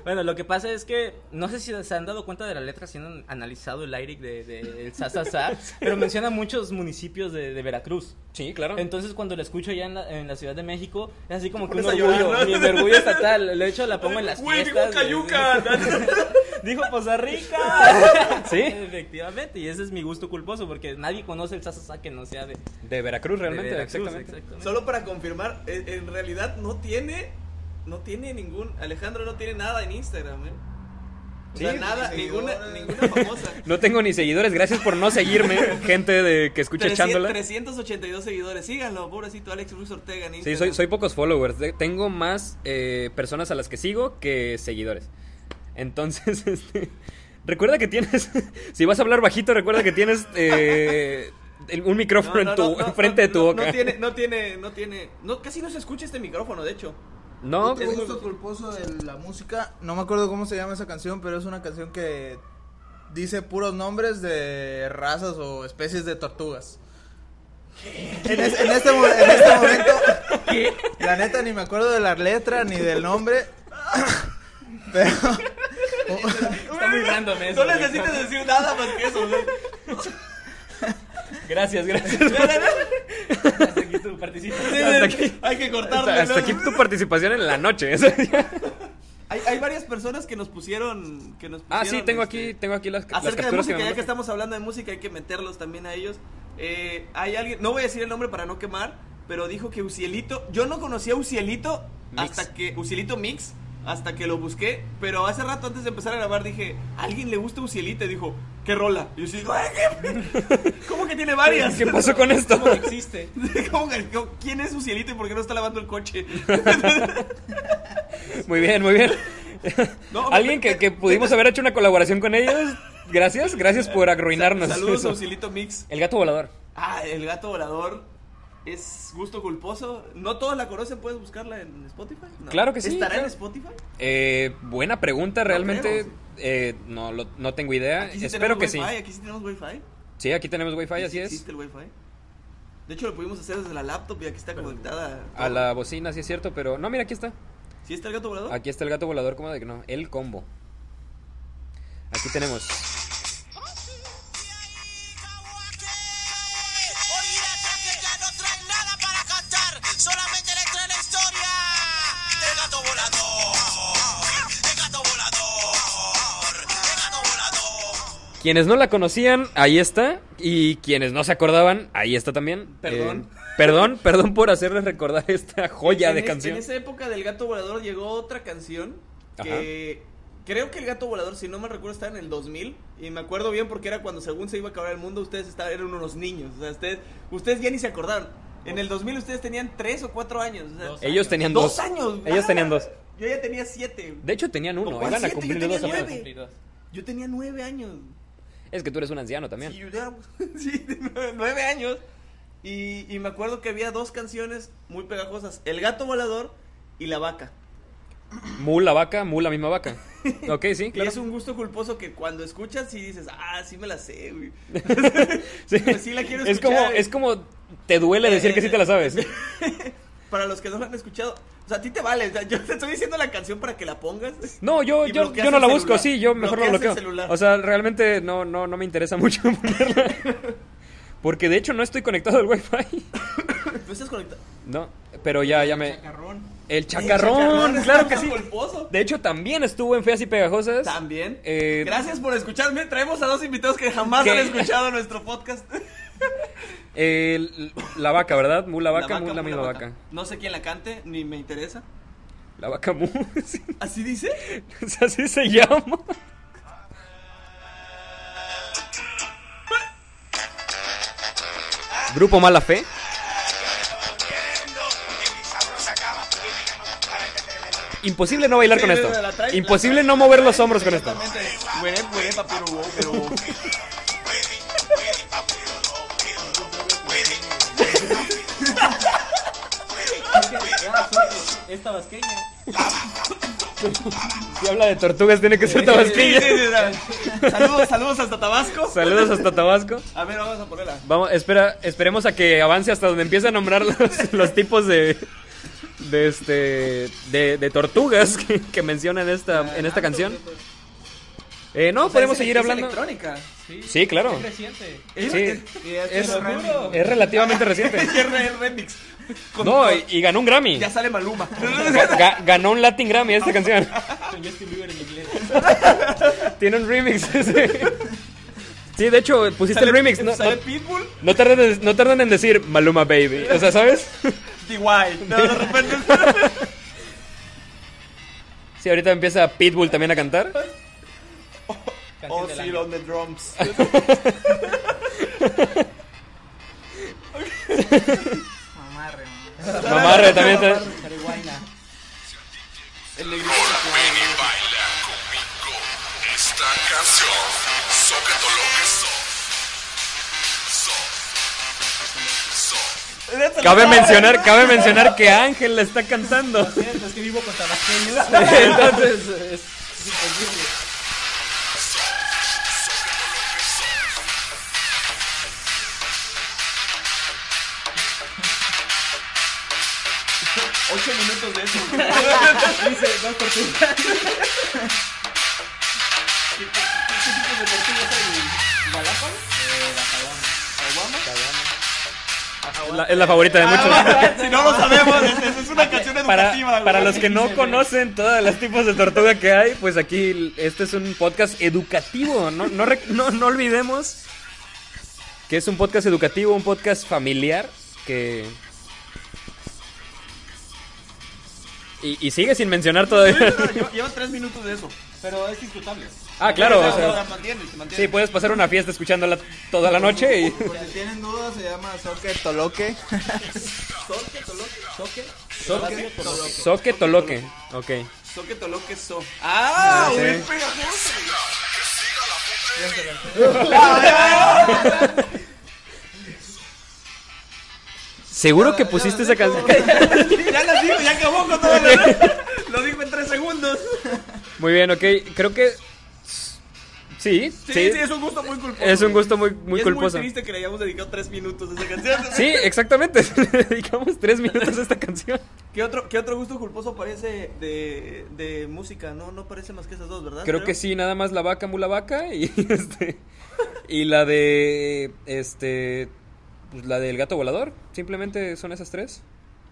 Bueno, lo que pasa es que no sé si se han dado cuenta de la letra, si han analizado el lyric de, de el Sa, Sa, Sa, [laughs] pero menciona muchos municipios de, de Veracruz. Sí, claro. Entonces, cuando la escucho ya en la, en la Ciudad de México, es así como que un pones a llorar, orgullo, ¿no? mi mi orgullo estatal. De hecho, la pongo en las Güey, dijo fiestas. Cayuca. [laughs] Dijo Poza Rica. Sí. Efectivamente, y ese es mi gusto culposo, porque nadie conoce el Sa, Sa, Sa que no sea de, de De Veracruz realmente, Veracruz, exactamente. exactamente. Solo para confirmar, en en realidad no tiene, no tiene ningún, Alejandro no tiene nada en Instagram, ¿eh? O sea, Sí, nada, ninguna, seguidores. ninguna [laughs] famosa. No tengo ni seguidores, gracias por [laughs] no seguirme, gente de que escucha Trescien- echándola. 382 seguidores, síganlo, pobrecito Alex Ruiz Ortega en Sí, Instagram. soy, soy pocos followers. De- Tengo más eh, personas a las que sigo que seguidores. [laughs] [laughs] Entonces, este, recuerda que tienes. si vas a hablar bajito, recuerda que tienes eh, el- un micrófono en tu, enfrente de tu no, boca. No tiene, no tiene, no tiene. No, casi no se escucha este micrófono, de hecho. [laughs] No, pues, Otro gusto culposo de la música. No me acuerdo cómo se llama esa canción, pero es una canción que dice puros nombres de razas o especies de tortugas. En, es- en este, mo- en este momento, la neta ni me acuerdo de la letra ni del nombre. [laughs] Pero Está muy random eso. No necesitas decir nada más que eso. ¿eh? güey. [laughs] gracias, gracias. Hasta aquí tu participación. Hasta aquí. Hay que cortarlo. Hasta, hasta ¿no? aquí tu participación en la noche. [laughs] Hay, hay varias personas que nos pusieron, que nos ah, sí, pusieron, tengo este, aquí, tengo aquí las, las Acerca capturas de música, ya que me que mandaste. estamos hablando de música, hay que meterlos también a ellos. Eh, hay alguien, no voy a decir el nombre para no quemar, pero dijo que Ucielito, yo no conocía a Ucielito Mix. hasta que Ucielito Mix hasta que lo busqué, pero hace rato antes de empezar a grabar dije, ¿a alguien le gusta Ucielito? Y dijo, ¿qué rola? Y yo sí digo, "Ay, [laughs] qué- [laughs] ¿cómo que tiene varias? ¿Qué pasó con esto? ¿Cómo que existe? [laughs] ¿Cómo que- cómo- ¿Quién es Ucielito y por qué no está lavando el [laughs] coche? Muy bien, muy bien. No, Alguien me- que, que pudimos haber hecho una colaboración con ellos. Gracias, gracias por arruinarnos. Saludos a eso. Ucielito Mix. El gato volador. Ah, el gato volador es gusto culposo. No todos la conocen, puedes buscarla en Spotify. No. Claro que sí, ¿Estará claro. en Spotify? Eh, buena pregunta, realmente. creo, sí. eh, no, lo- no tengo idea. Aquí sí Ah, Espero tenemos que sí. wifi, Aquí sí tenemos wifi. Sí, aquí tenemos wifi, Aquí así sí es. Existe el wifi. De hecho, lo pudimos hacer desde la laptop y aquí está conectada. A la bocina, sí es cierto, pero. No, mira, aquí está. ¿Sí está el gato volador? Aquí está el gato volador, como de que no. El combo. Aquí tenemos. Olvídate que ya no trae nada para cantar, solamente le trae la historia del gato volador, del gato volador, del gato volador. Quienes no la conocían, ahí está. Y quienes no se acordaban, ahí está también. Perdón. Eh, perdón, perdón por hacerles recordar esta joya En de es- canción. En esa época del gato volador llegó otra canción que creo que el gato volador, si no me recuerdo, estaba en el 2000. Y me acuerdo bien porque era cuando según se iba a acabar el mundo, ustedes estaban, eran unos niños. O sea, ustedes, ustedes ya ni se acordaron. En el 2000 ustedes tenían 3 o 4 años. o sea, Dos Ellos tenían dos. dos años. Ellos ¡Ah! tenían dos. Yo ya tenía 7. De hecho, tenían uno. ¿Cuál Iban a siete? Yo cumplir tenía dos apenas. nueve. Yo tenía 9 años. Es que tú eres un anciano también. Sí, yo ya- [laughs] sí, 9 años. Y, y me acuerdo que había dos canciones muy pegajosas: El gato volador y La vaca. Mula vaca, mula [laughs] misma vaca. Ok, sí, Y claro. es un gusto culposo que cuando escuchas sí dices, ah, sí me la sé, güey. [laughs] Sí. pues sí la quiero es como, escuchar. Eh, es como te duele decir que sí te la sabes. Para los que no la han escuchado, o sea, a ti te vale. o sea, yo te estoy diciendo la canción para que la pongas. No, yo, Y yo, bloqueas yo no el la busco, celular. sí, yo mejor la Bloqueas el bloqueo. celular. O sea, realmente no, no, no me interesa [laughs] mucho ponerla. Porque de hecho no estoy conectado al wifi. Tú estás conectado. No, pero ya, ya me. El El chacarrón, chacarrón, claro que es sí. culposo. De hecho, también estuvo en Feas y Pegajosas. También. Eh, Gracias por escucharme. Traemos a dos invitados que jamás ¿Qué? han escuchado nuestro podcast. el- la vaca, ¿verdad? Mula La vaca, mula mula misma vaca. No sé quién la cante, ni me interesa. La vaca mu. sí, ¿Así dice? [laughs] o sea, Así se llama. Grupo Mala Fe. Imposible no bailar Sí, con esto. la trae- la Imposible no mover los hombros con esto. Exactamente. Güey, güey, papiro, güey, pero güey. Esta vasqueña. Si habla de tortugas, tiene que ser Sí, tabasquilla. [laughs] sí, sí, sí. Saludos, saludos hasta Tabasco. Saludos hasta Tabasco. A ver, vamos a ponerla. Vamos, espera, esperemos a que avance hasta donde empiece a nombrar los, los tipos de de este de, de tortugas que, que menciona en esta en esta canción. Eh, no, podemos seguir hablando. electrónica. Sí, claro. Es reciente. Sí, es, Lo juro. es [laughs] relativamente reciente. Cierre remix. Con- No, con- y, y ganó un Grammy. ya sale [laughs] Maluma. Ga- ga- ganó un Latin Grammy esta [laughs] canción. Con Justin Bieber en inglés. Tiene un remix. [laughs] sí. Sí, de hecho, pusiste el remix. No, sale no, Pitbull, no tardan en, no tardan en decir Maluma Baby. O sea, ¿sabes? DY. No, de repente. Sí, ahorita empieza Pitbull también a cantar. [laughs] Canción Oh, del sí, año. on the [laughs] drums. Mamarre también. está- El Ven y negrito. baila conmigo esta canción, so que todo lo que soy, soy, Cabe mencionar, cabe mencionar que Ángel la está cantando. Cierto, es que vivo con tabasqueños. Entonces, es- Ocho minutos de eso. Dice, dos tortugas. ¿Qué tipo de tortugas hay? ¿Galápagos? ¿Caguama? la- es la favorita Ah, de muchos. Si no lo sabemos, es, es- es una canción educativa. Para, güey. para los que no conocen todos los tipos de tortuga que hay, pues aquí l- este es un podcast educativo. No, no, rec- no, no olvidemos que es un podcast educativo, un podcast familiar que... Y, y sigue sin mencionar todavía. Lleva- Lleva tres minutos de eso. Pero es disfrutable. Ah, claro. o No, no, sea, la mantienes, se mantiene. sí, puedes pasar una fiesta escuchándola toda la noche y... Por si tienen dudas, se llama Soque Toloque. Soque, toloque. Soque toloque. Ok. Soque toloque so. ¡Ah! sí. güey, pegajoso. Seguro que pusiste esa canción. Ya las digo, ya acabó con todo lo Lo dijo en tres segundos. [laughs] Muy bien, ok. Creo que... Sí, Sí, sí. sí, es un gusto muy culposo. Es un güey. gusto muy, Y muy es culposo. muy triste que le hayamos dedicado tres minutos a esa [laughs] canción. Sí, exactamente. [laughs] Le dedicamos tres minutos a esta canción. ¿Qué otro, qué otro gusto culposo parece de, de música? No, no parece más que esas dos, ¿verdad? Creo que sí, nada más la vaca, mula vaca y [laughs] este y la de este pues, la del gato volador. Simplemente son esas tres.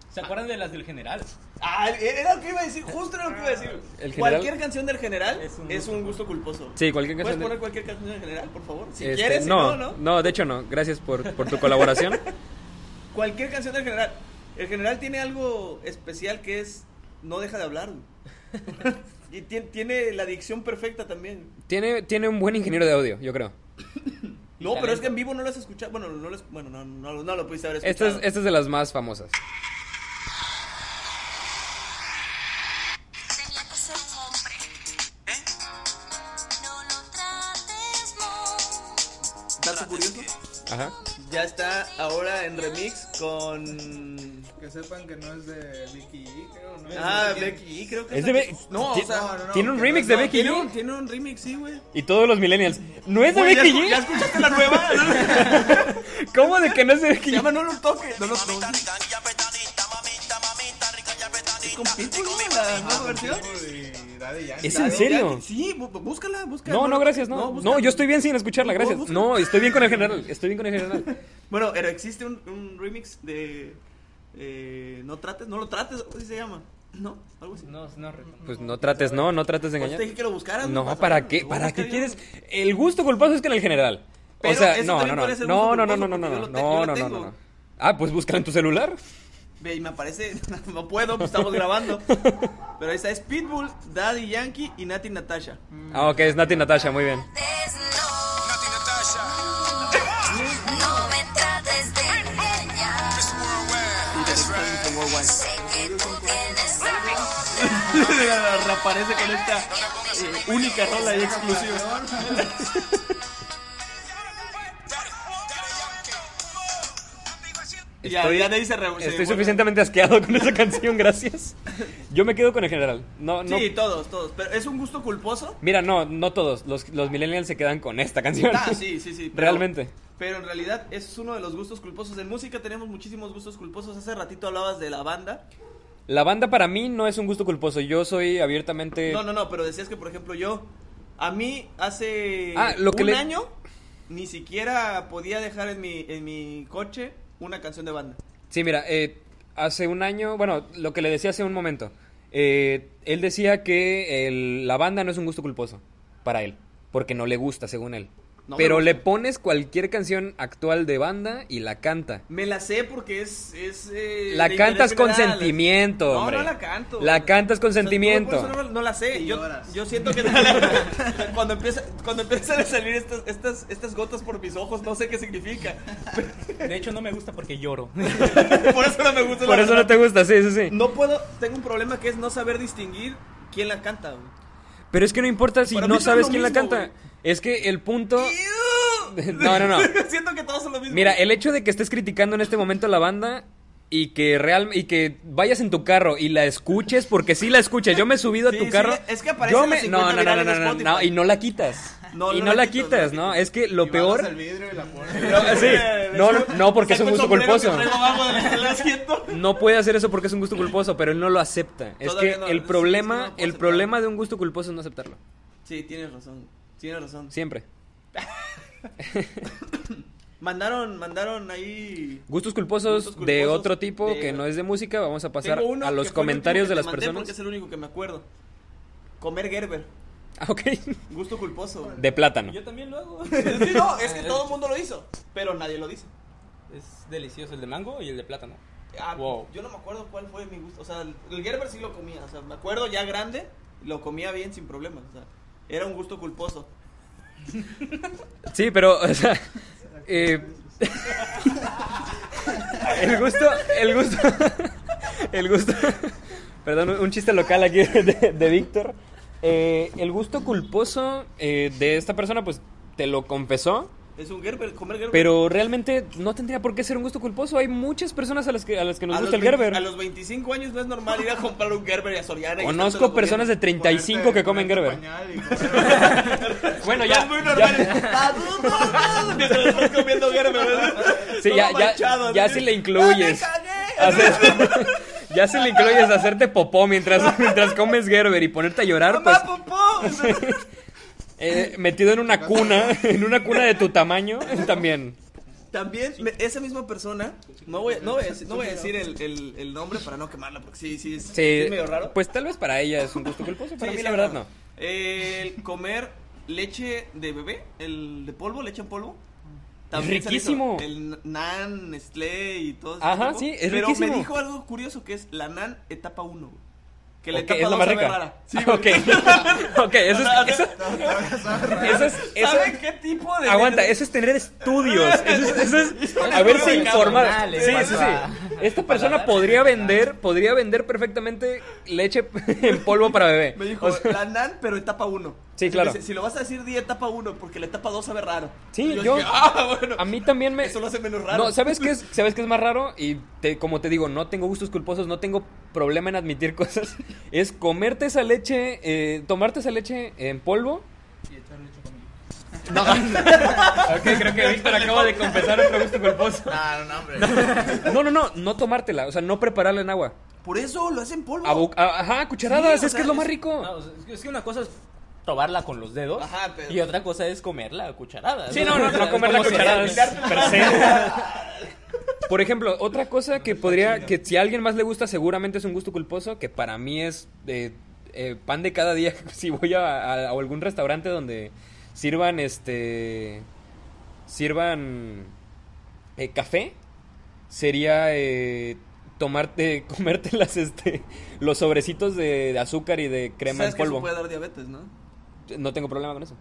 ¿Se acuerdan de las del general? Ah, era lo que iba a decir, justo era lo que iba a decir. El general- Cualquier canción del general es Es un, un gusto culposo. Sí, cualquier ¿Puedes canción. de- poner cualquier canción del general, por favor? Si este, quieres, si no, no, no. de hecho no. Gracias por, por tu [laughs] colaboración. Cualquier canción del general. El general tiene algo especial que es no deja de [laughs] hablar. güey. y tiene, tiene la dicción perfecta también. tiene tiene un buen ingeniero de audio, yo creo. No, pero es que en vivo no lo has escuchado. Bueno, no lo, has- bueno, no, no, lo- no lo pudiste haber Esta escuchado. es, esta es de las más famosas. Tenía que ser un hombre. No lo trates, no. Dato curioso. Ajá. Ya está ahora en remix con. Que sepan que no es de Vicky G, creo, ¿no? Ah, Becky G, creo que Es de Be- No, o ti- sea, no, no, tiene un que remix no, de no, Becky tiene un, G tiene un remix, sí, güey. y todos los millennials. ¿No es de Güey, ya Becky escu- ¿Ya G? escuchaste la nueva? [laughs] ¿Cómo de que no es de Becky Se G? llama No lo toques. No lo toques. Rica, niña petanita, mamita, mamita, rica, ya petanita. Con Pitbull, ¿no? la nueva versión. Y Daddy Yankee. ¿Es en serio? Sí, bú- búscala, búscala. No, no, gracias, no. No, búscala. yo estoy bien sin escucharla, No, gracias. busca- No, estoy bien con el general, estoy bien con el general. Bueno, pero existe un, un remix de. eh, no trates, no lo trates, ¿cómo se llama? ¿No? Algo así. No, no recuerdo. Pues no trates, no, no trates de Pues te engañar. dije que lo buscaras. No, Vas a ¿para ver, qué? lo ¿Para buscas qué y- quieres? El gusto culposo es con el general. O Pero sea, eso no, no, también no. puede ser No, gusto no, no, no, culposo no, no, porque yo lo te- no, yo no, lo no, no, tengo. no. Ah, pues búscala en tu celular. Ve, y me aparece. [laughs] No puedo, pues estamos grabando. [laughs] Pero ahí está: es Pitbull, Daddy Yankee y Nati Natasha. Ah, ok, es Nati Natasha, muy bien. trates, no. No me trates de engañar. Sé que tú tienes amor. [laughs] Reaparece con esta eh, única rola y exclusiva. Y ya, Estoy- ya de ahí se re- se Estoy vuelve- suficientemente asqueado con esa [laughs] canción, gracias. Yo me quedo con el general. No, no. Sí, todos, todos. Pero es un gusto [laughs] culposo. Mira, no, no todos. Los, los millennials se quedan con esta canción. Ah, sí, sí, sí. pero- [laughs] Realmente. Pero en realidad ese es uno de los gustos culposos. En música tenemos muchísimos gustos culposos. Hace ratito hablabas de la banda. La banda para mí no es un gusto culposo. Yo soy abiertamente. No, no, no, pero decías que, por ejemplo, yo, a mí hace Ah, lo que un le- año ni siquiera podía dejar en mi, en mi coche una canción de banda. Sí, mira, eh, hace un año, bueno, lo que le decía hace un momento, eh, él decía que el- la banda no es un gusto culposo para él, porque no le gusta, según él. No me Pero gusta. le pones cualquier canción actual de banda y la canta. Me la sé porque es... es eh, La de cantas interés con general. sentimiento, No, hombre. no la canto. La cantas con O sea, no, sentimiento. por eso no, no la sé. Y Yo, lloras. yo siento que [laughs] cuando, empieza, cuando empiezan a salir estas, estas, estas gotas por mis ojos, no sé qué significa. De hecho, no me gusta porque lloro. Por eso no me gusta Por la eso no te gusta, sí, sí, sí. No puedo, tengo un problema que es no saber distinguir quién la canta. güey. Pero es que no importa si Para mí no son sabes lo quién la mismo, canta. güey. Es que el punto... No, no, no. [laughs] Siento que todos son lo mismo. Mira, el hecho de que estés criticando en este momento a la banda y que real y que vayas en tu carro y la escuches porque sí la escuchas. Yo me he subido a Sí, tu sí, carro. es que aparece yo en las 50 no, no, no, no, virales no, de no, Spotify. no, y no la quitas. [laughs] No, y no no la la quito, quitas, ¿no? Es que lo peor el vidrio y [laughs] la pones. no, sí, no, no, no, porque es un Saco el sombrero gusto que culposo. traigo abajo del asiento. No puede hacer eso porque es un gusto culposo, pero él no lo acepta. Es Todavía que no, es el que problema, no lo puedo el aceptar. problema de un gusto culposo es no aceptarlo. Sí, tienes razón. Tienes razón. Siempre. Mandaron, mandaron ahí. Gustos culposos, Gustos de culposos otro tipo de- que no es de música, vamos a pasar Tengo uno a que fue el los último comentarios que de te las mandé Porque es personas. el único que me acuerdo. Comer Gerber. [laughs] Ah, ok. Gusto culposo. De plátano. Yo también lo hago. [laughs] Sí, no, es [laughs] que todo el mundo lo hizo, pero nadie lo dice. [laughs] Es delicioso el de mango y el de plátano. Ah, Wow. Yo no me acuerdo cuál fue mi gusto. O sea, el el Gerber sí lo comía. O sea, me acuerdo ya grande, lo comía bien sin problemas. O sea, era un gusto culposo. Sí, pero, o sea, eh, [laughs] el gusto, el gusto, [laughs] el gusto, perdón, un chiste local aquí de, de Víctor. Eh, el gusto culposo eh, de esta persona, pues, te lo confesó, Es un Gerber, comer Gerber. pero realmente no tendría por qué ser un gusto culposo. Hay muchas personas a las que, a las que nos A gusta los el 20 Gerber. A los 25 años no es normal ir a comprar un Gerber y a [laughs] Soriana. y estárselo Conozco comiendo. personas de 35 que comen Gerber. Bueno, Ya ya, es muy ya- normal. Ah, tú, tú, tú, mientras [laughs] estás comiendo Gerber. Sí, Todo ya, ya, manchado, ya ¿no? si le incluyes. [laughs] hacer- ya si le incluyes hacerte popó mientras, mientras comes Gerber y ponerte a llorar, pues ¡Mamá, popó! eh, metido en una cuna, en una cuna de tu tamaño también. También me- esa misma persona, no voy, no voy a decir, no voy a decir el, el- el nombre para no quemarla, porque sí, sí, es, sí Sí, es medio raro. pues tal vez para ella es un gusto culposo, para Sí, sí, mí la verdad no. El comer leche de bebé, el de polvo, leche en polvo. se le hizo. riquísimo. El nan, Nestlé y todo ese Ajá, tipo. sí, es Pero riquísimo. me dijo algo curioso que es la nan etapa 1. güey. Que la Ok, etapa es la 2 más sabe rica. rara. Sí, Ah, güey. [laughs] ok, ok, eso [laughs] es... Eso, eso es... eso- ¿Saben qué tipo de Aguanta, eso es tener estudios. Eso es, [laughs] eso es haberse Estudios informado. cabronales, Sí, sí, para- sí. Esta persona podría vender, podría vender perfectamente leche [laughs] en polvo para bebé. Me dijo, O sea, la nan, pero etapa 1. Sí, claro. si lo vas a decir, di etapa 1, porque la etapa 2 sabe raro. Sí, Y yo- dije, ah, bueno. a mí también me. Eso lo hace menos raro. No, ¿sabes qué es, ¿sabes qué es más raro? Y te- como te digo, no tengo gustos culposos, no tengo problema en admitir cosas. [laughs] Es comerte esa leche, eh, tomarte esa leche en polvo. No. ok, creo que Víctor acaba de confesar otro gusto culposo. Ah, no, no, hombre. No, no, no, no tomártela, o sea, no prepararla en agua. Por eso lo hacen polvo. A bu- a- ajá, cucharadas, Sí, o es que sea, es lo más es- rico. Ah, o sea, es que- es que una cosa es probarla con los dedos Ajá, pero- y otra cosa es comerla a cucharadas. Sí, no, no, [laughs] no comer la Como cucharada cereal. per se. [laughs] Por ejemplo, otra cosa que podría, que si a alguien más le gusta, seguramente es un gusto culposo, que para mí es eh, eh, pan de cada día. [laughs] Si voy a, a- a algún restaurante donde sirvan, este, sirvan eh, café, sería eh, tomarte, [laughs] comerte las, este, los sobrecitos de, de azúcar y de crema ¿Sabes en que eso polvo. puede dar diabetes, ¿no? No tengo problema con eso.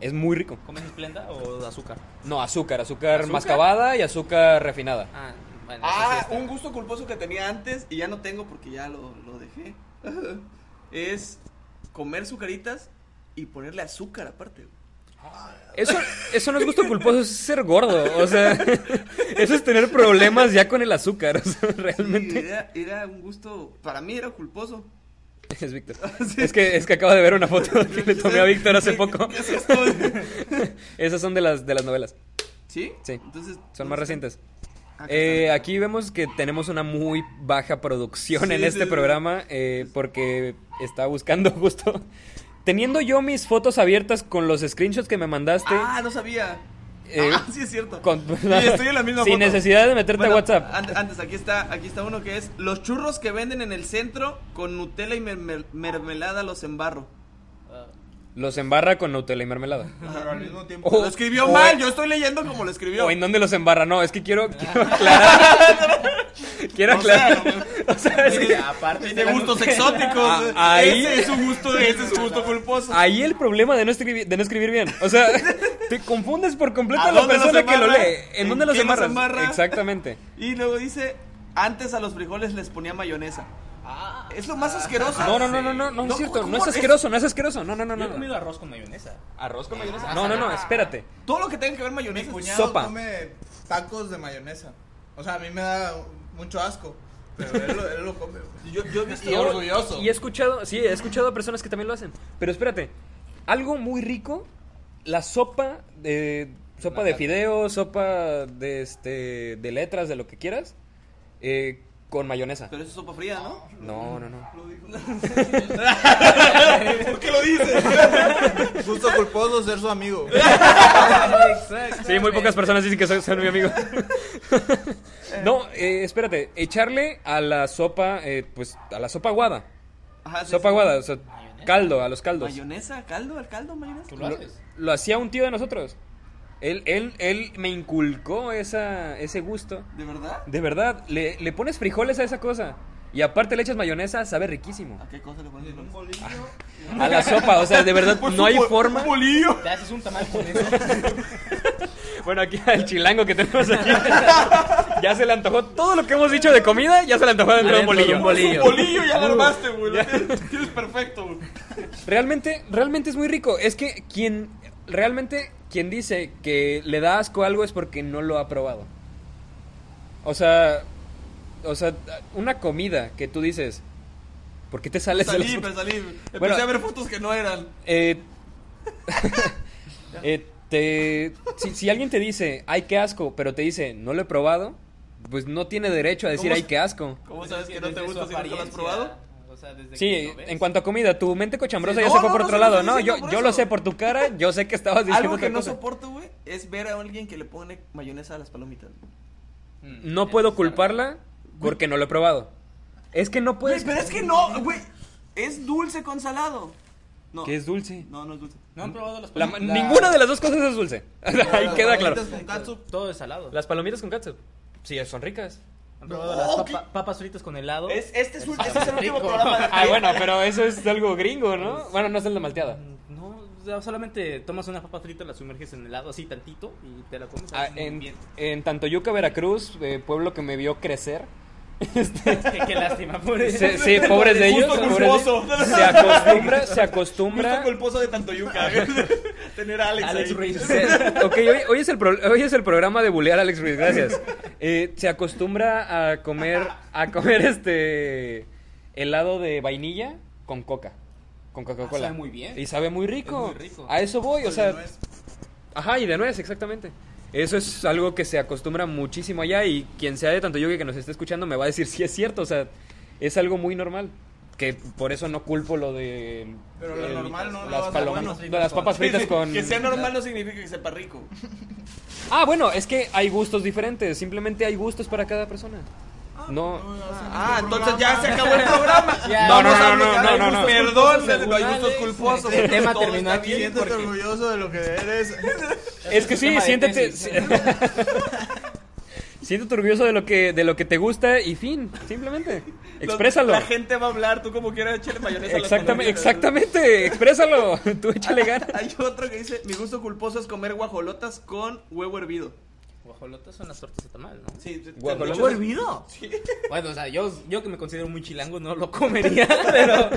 Es muy rico. ¿Comes esplenda o de azúcar? No, azúcar, azúcar, mascabada y azúcar refinada. Ah, bueno. Ah, un gusto culposo que tenía antes y ya no tengo porque ya lo, lo dejé. [laughs] es comer sucaritas y ponerle azúcar aparte. Eso, eso no es gusto culposo, eso es ser gordo. O sea, [laughs] eso es tener problemas ya con el azúcar. O sea, Sí, realmente. era, era un gusto, para mí era culposo. Es Víctor. Ah, Es que, es que acabo de ver una foto que [laughs] le tomé a Víctor [laughs] hace poco. [laughs] Esas son de las, de las novelas. ¿Sí? Sí. Entonces, Son más recientes. Acá Eh, está. aquí vemos que tenemos una muy baja producción Sí, en sí, este sí. programa eh, porque está buscando [laughs] justo... Teniendo yo mis fotos abiertas con los screenshots que me mandaste... Ah, no sabía. eh, ah, [laughs] sí es cierto. con- Sí, estoy en la misma [laughs] Sin foto. necesidad de meterte Bueno, ah. a WhatsApp. an- antes, aquí está, aquí está uno que es los churros que venden en el centro con Nutella y mermel- mermelada los embarro. Los embarra con Nutella y mermelada. Pero al mismo tiempo. O- lo escribió o- mal, yo estoy leyendo como lo escribió. ¿O en dónde los embarra? oh, eh. No, es que quiero, quiero [laughs] aclarar. quiero Ah. O sea, aclarar. [laughs] O sea, es que- aparte de gustos exóticos. [laughs] Ah, ahí- Ah. Ese es un gusto, [laughs] ese es un gusto culposo. Ahí el problema de no, escribir, de no escribir bien. [laughs] O sea, te confundes por completo ¿A a la dónde los persona que lo embarra? lee. ¿En ¿En dónde los qué los embarras? embarra? Exactamente. Y luego dice, antes a los frijoles les ponía mayonesa. Ah. Es lo más asqueroso. No, no, no, no, no, no es cierto. Ah, ¿cómo No es asqueroso, no es asqueroso. No, no, no, Yo he no. comido arroz con mayonesa. ¿Arroz con mayonesa? No, no, no, espérate. Todo lo que tenga que ver mayonesa. Mi cuñado Sopa. come tacos de mayonesa. O sea, a mí me da mucho asco. Pero él, lo- él lo come. güey. Yo, yo he visto Y ahora- Y he escuchado, sí, he escuchado a personas que también lo hacen. Pero espérate, algo muy rico, la sopa de sopa de fideo, sopa de este de letras, de lo que quieras, eh, con mayonesa. Pero eso es sopa fría, ¿no? No, no, no. ¿Por qué lo dices? Gusto culposo ser su amigo. Sí, muy pocas personas dicen que soy, son mi amigo. [laughs] no, eh, espérate, echarle a la sopa, eh, pues a la sopa aguada, Ajá, sí, sopa sí. aguada, o sea, caldo, a los caldos. Mayonesa, caldo, al caldo, mayonesa. ¿Tú lo Lo- haces? Lo, hacía un tío de nosotros. Él, él, él me inculcó esa, ese gusto. ¿De verdad? De verdad, le, le pones frijoles a esa cosa. Y aparte le echas mayonesa, sabe riquísimo. ¿A qué cosa le pones? Ah, Un A la sopa, o sea, de verdad, no hay forma. bolillo. Te haces un tamal con eso. Bueno, aquí al chilango que tenemos aquí. [laughs] ya se le antojó todo lo que hemos dicho de comida, ya se le antojó dentro de un Adentro bolillo. de un bolillo. Bolillo ya lo armaste, güey. Lo tienes, tienes perfecto, [laughs] güey. Realmente, realmente es muy rico. Es que quien, realmente, quien dice que le da asco algo es porque no lo ha probado. O sea, o sea, una comida que tú dices, ¿por qué te sales de Salí, los- pero salí. Empecé Bueno. a ver fotos que no eran. Eh, [laughs] eh, te- si, si alguien te dice, ay, qué asco, pero te dice, no lo he probado, pues no tiene derecho a decir, ¿Cómo ay, se- qué asco. ¿Cómo sabes que no Pues te Desde su gusta si nunca lo has apariencia, probado? O sea, desde que Sí, lo ves. en cuanto a comida, tu mente cochambrosa Sí, ya no, se fue no, por no, otro sí, lado, sí, ¿no? sí, Yo, no, por yo lo eso. sé por tu cara, yo sé que estabas diciendo Algo que otra no cosa. soporto, güey, es ver a alguien que le pone mayonesa a las palomitas. güey. No puedo culparla porque no lo he probado. Es que no Güey, puedes. pero es que no, güey. Es dulce con salado. No. Que es dulce. No, no es dulce. ¿No han probado las La- palomitas? Ninguna de las dos cosas es dulce. [laughs] Ahí Las queda claro. palomitas con catsup. Todo es salado. Las palomitas con ketchup. Sí, [laughs] son ricas. ¿Han probado las papa- papas fritas con helado? Es, este, es, un- este es el último programa de Ah, bueno, pero eso es algo gringo, ¿no? Bueno, no es la malteada. No, o sea, solamente tomas una papa frita, la sumerges en helado así tantito y te la comes. Ah, así muy en, bien. en Tantoyuca, Veracruz, eh, pueblo que me vio crecer. Qué, qué lástima, pobre. Se- sí, pobres de ellos. Gusto pobres de- culposo. Se acostumbra, se Gusto acostumbra. culposo de tanto Ah, yuca. [laughs] Tener a Alex, Alex ahí. Ruiz. [laughs] se- ok, hoy, hoy es el pro- hoy es el programa de bulear a Alex Ruiz, gracias. Eh, se acostumbra a comer, a comer este helado de vainilla con coca, con Coca-Cola. Ah, sabe muy bien. Y sabe muy rico. Es muy rico. A eso voy, o de sea, nuez. Ajá, y de nuez, exactamente. Eso es algo que se acostumbra muchísimo allá y quien sea de tanto yo que nos esté escuchando me va a decir si es cierto, o sea, es algo muy normal. Que por eso no culpo lo de Pero lo el- normal no lo las, hace palomas- bueno. de las papas Sí, fritas sí, [laughs] con Que sea normal no significa que sepa rico. [laughs] Ah, bueno, es que hay gustos diferentes, simplemente hay gustos para cada persona. No. Ah, entonces ya se acabó el programa. [laughs] No, no, no, no, no, no, no. Perdón, no hay gustos culposos. El tema Todo terminó está aquí. bien. Siéntete orgulloso de lo que eres. Es que un sí, tema de siéntete tesis. ¿eh? sí. [laughs] Siéntete orgulloso de lo que de lo que te gusta y fin, simplemente. Exprésalo. La gente va a hablar, tú como quieras echarle mayonesa. a las Exactamente, palomitas. exactamente, exprésalo, [laughs] tú échale ganas. Hay otro que dice, mi gusto culposo es comer guajolotas con huevo hervido. Guajolotas son las tortas de tamal, ¿no? Sí, te- te- ¿Guajolotas? ¿Huevo hervido? Bueno, o sea, yo, yo que me considero muy chilango no lo comería, [laughs] pero asco,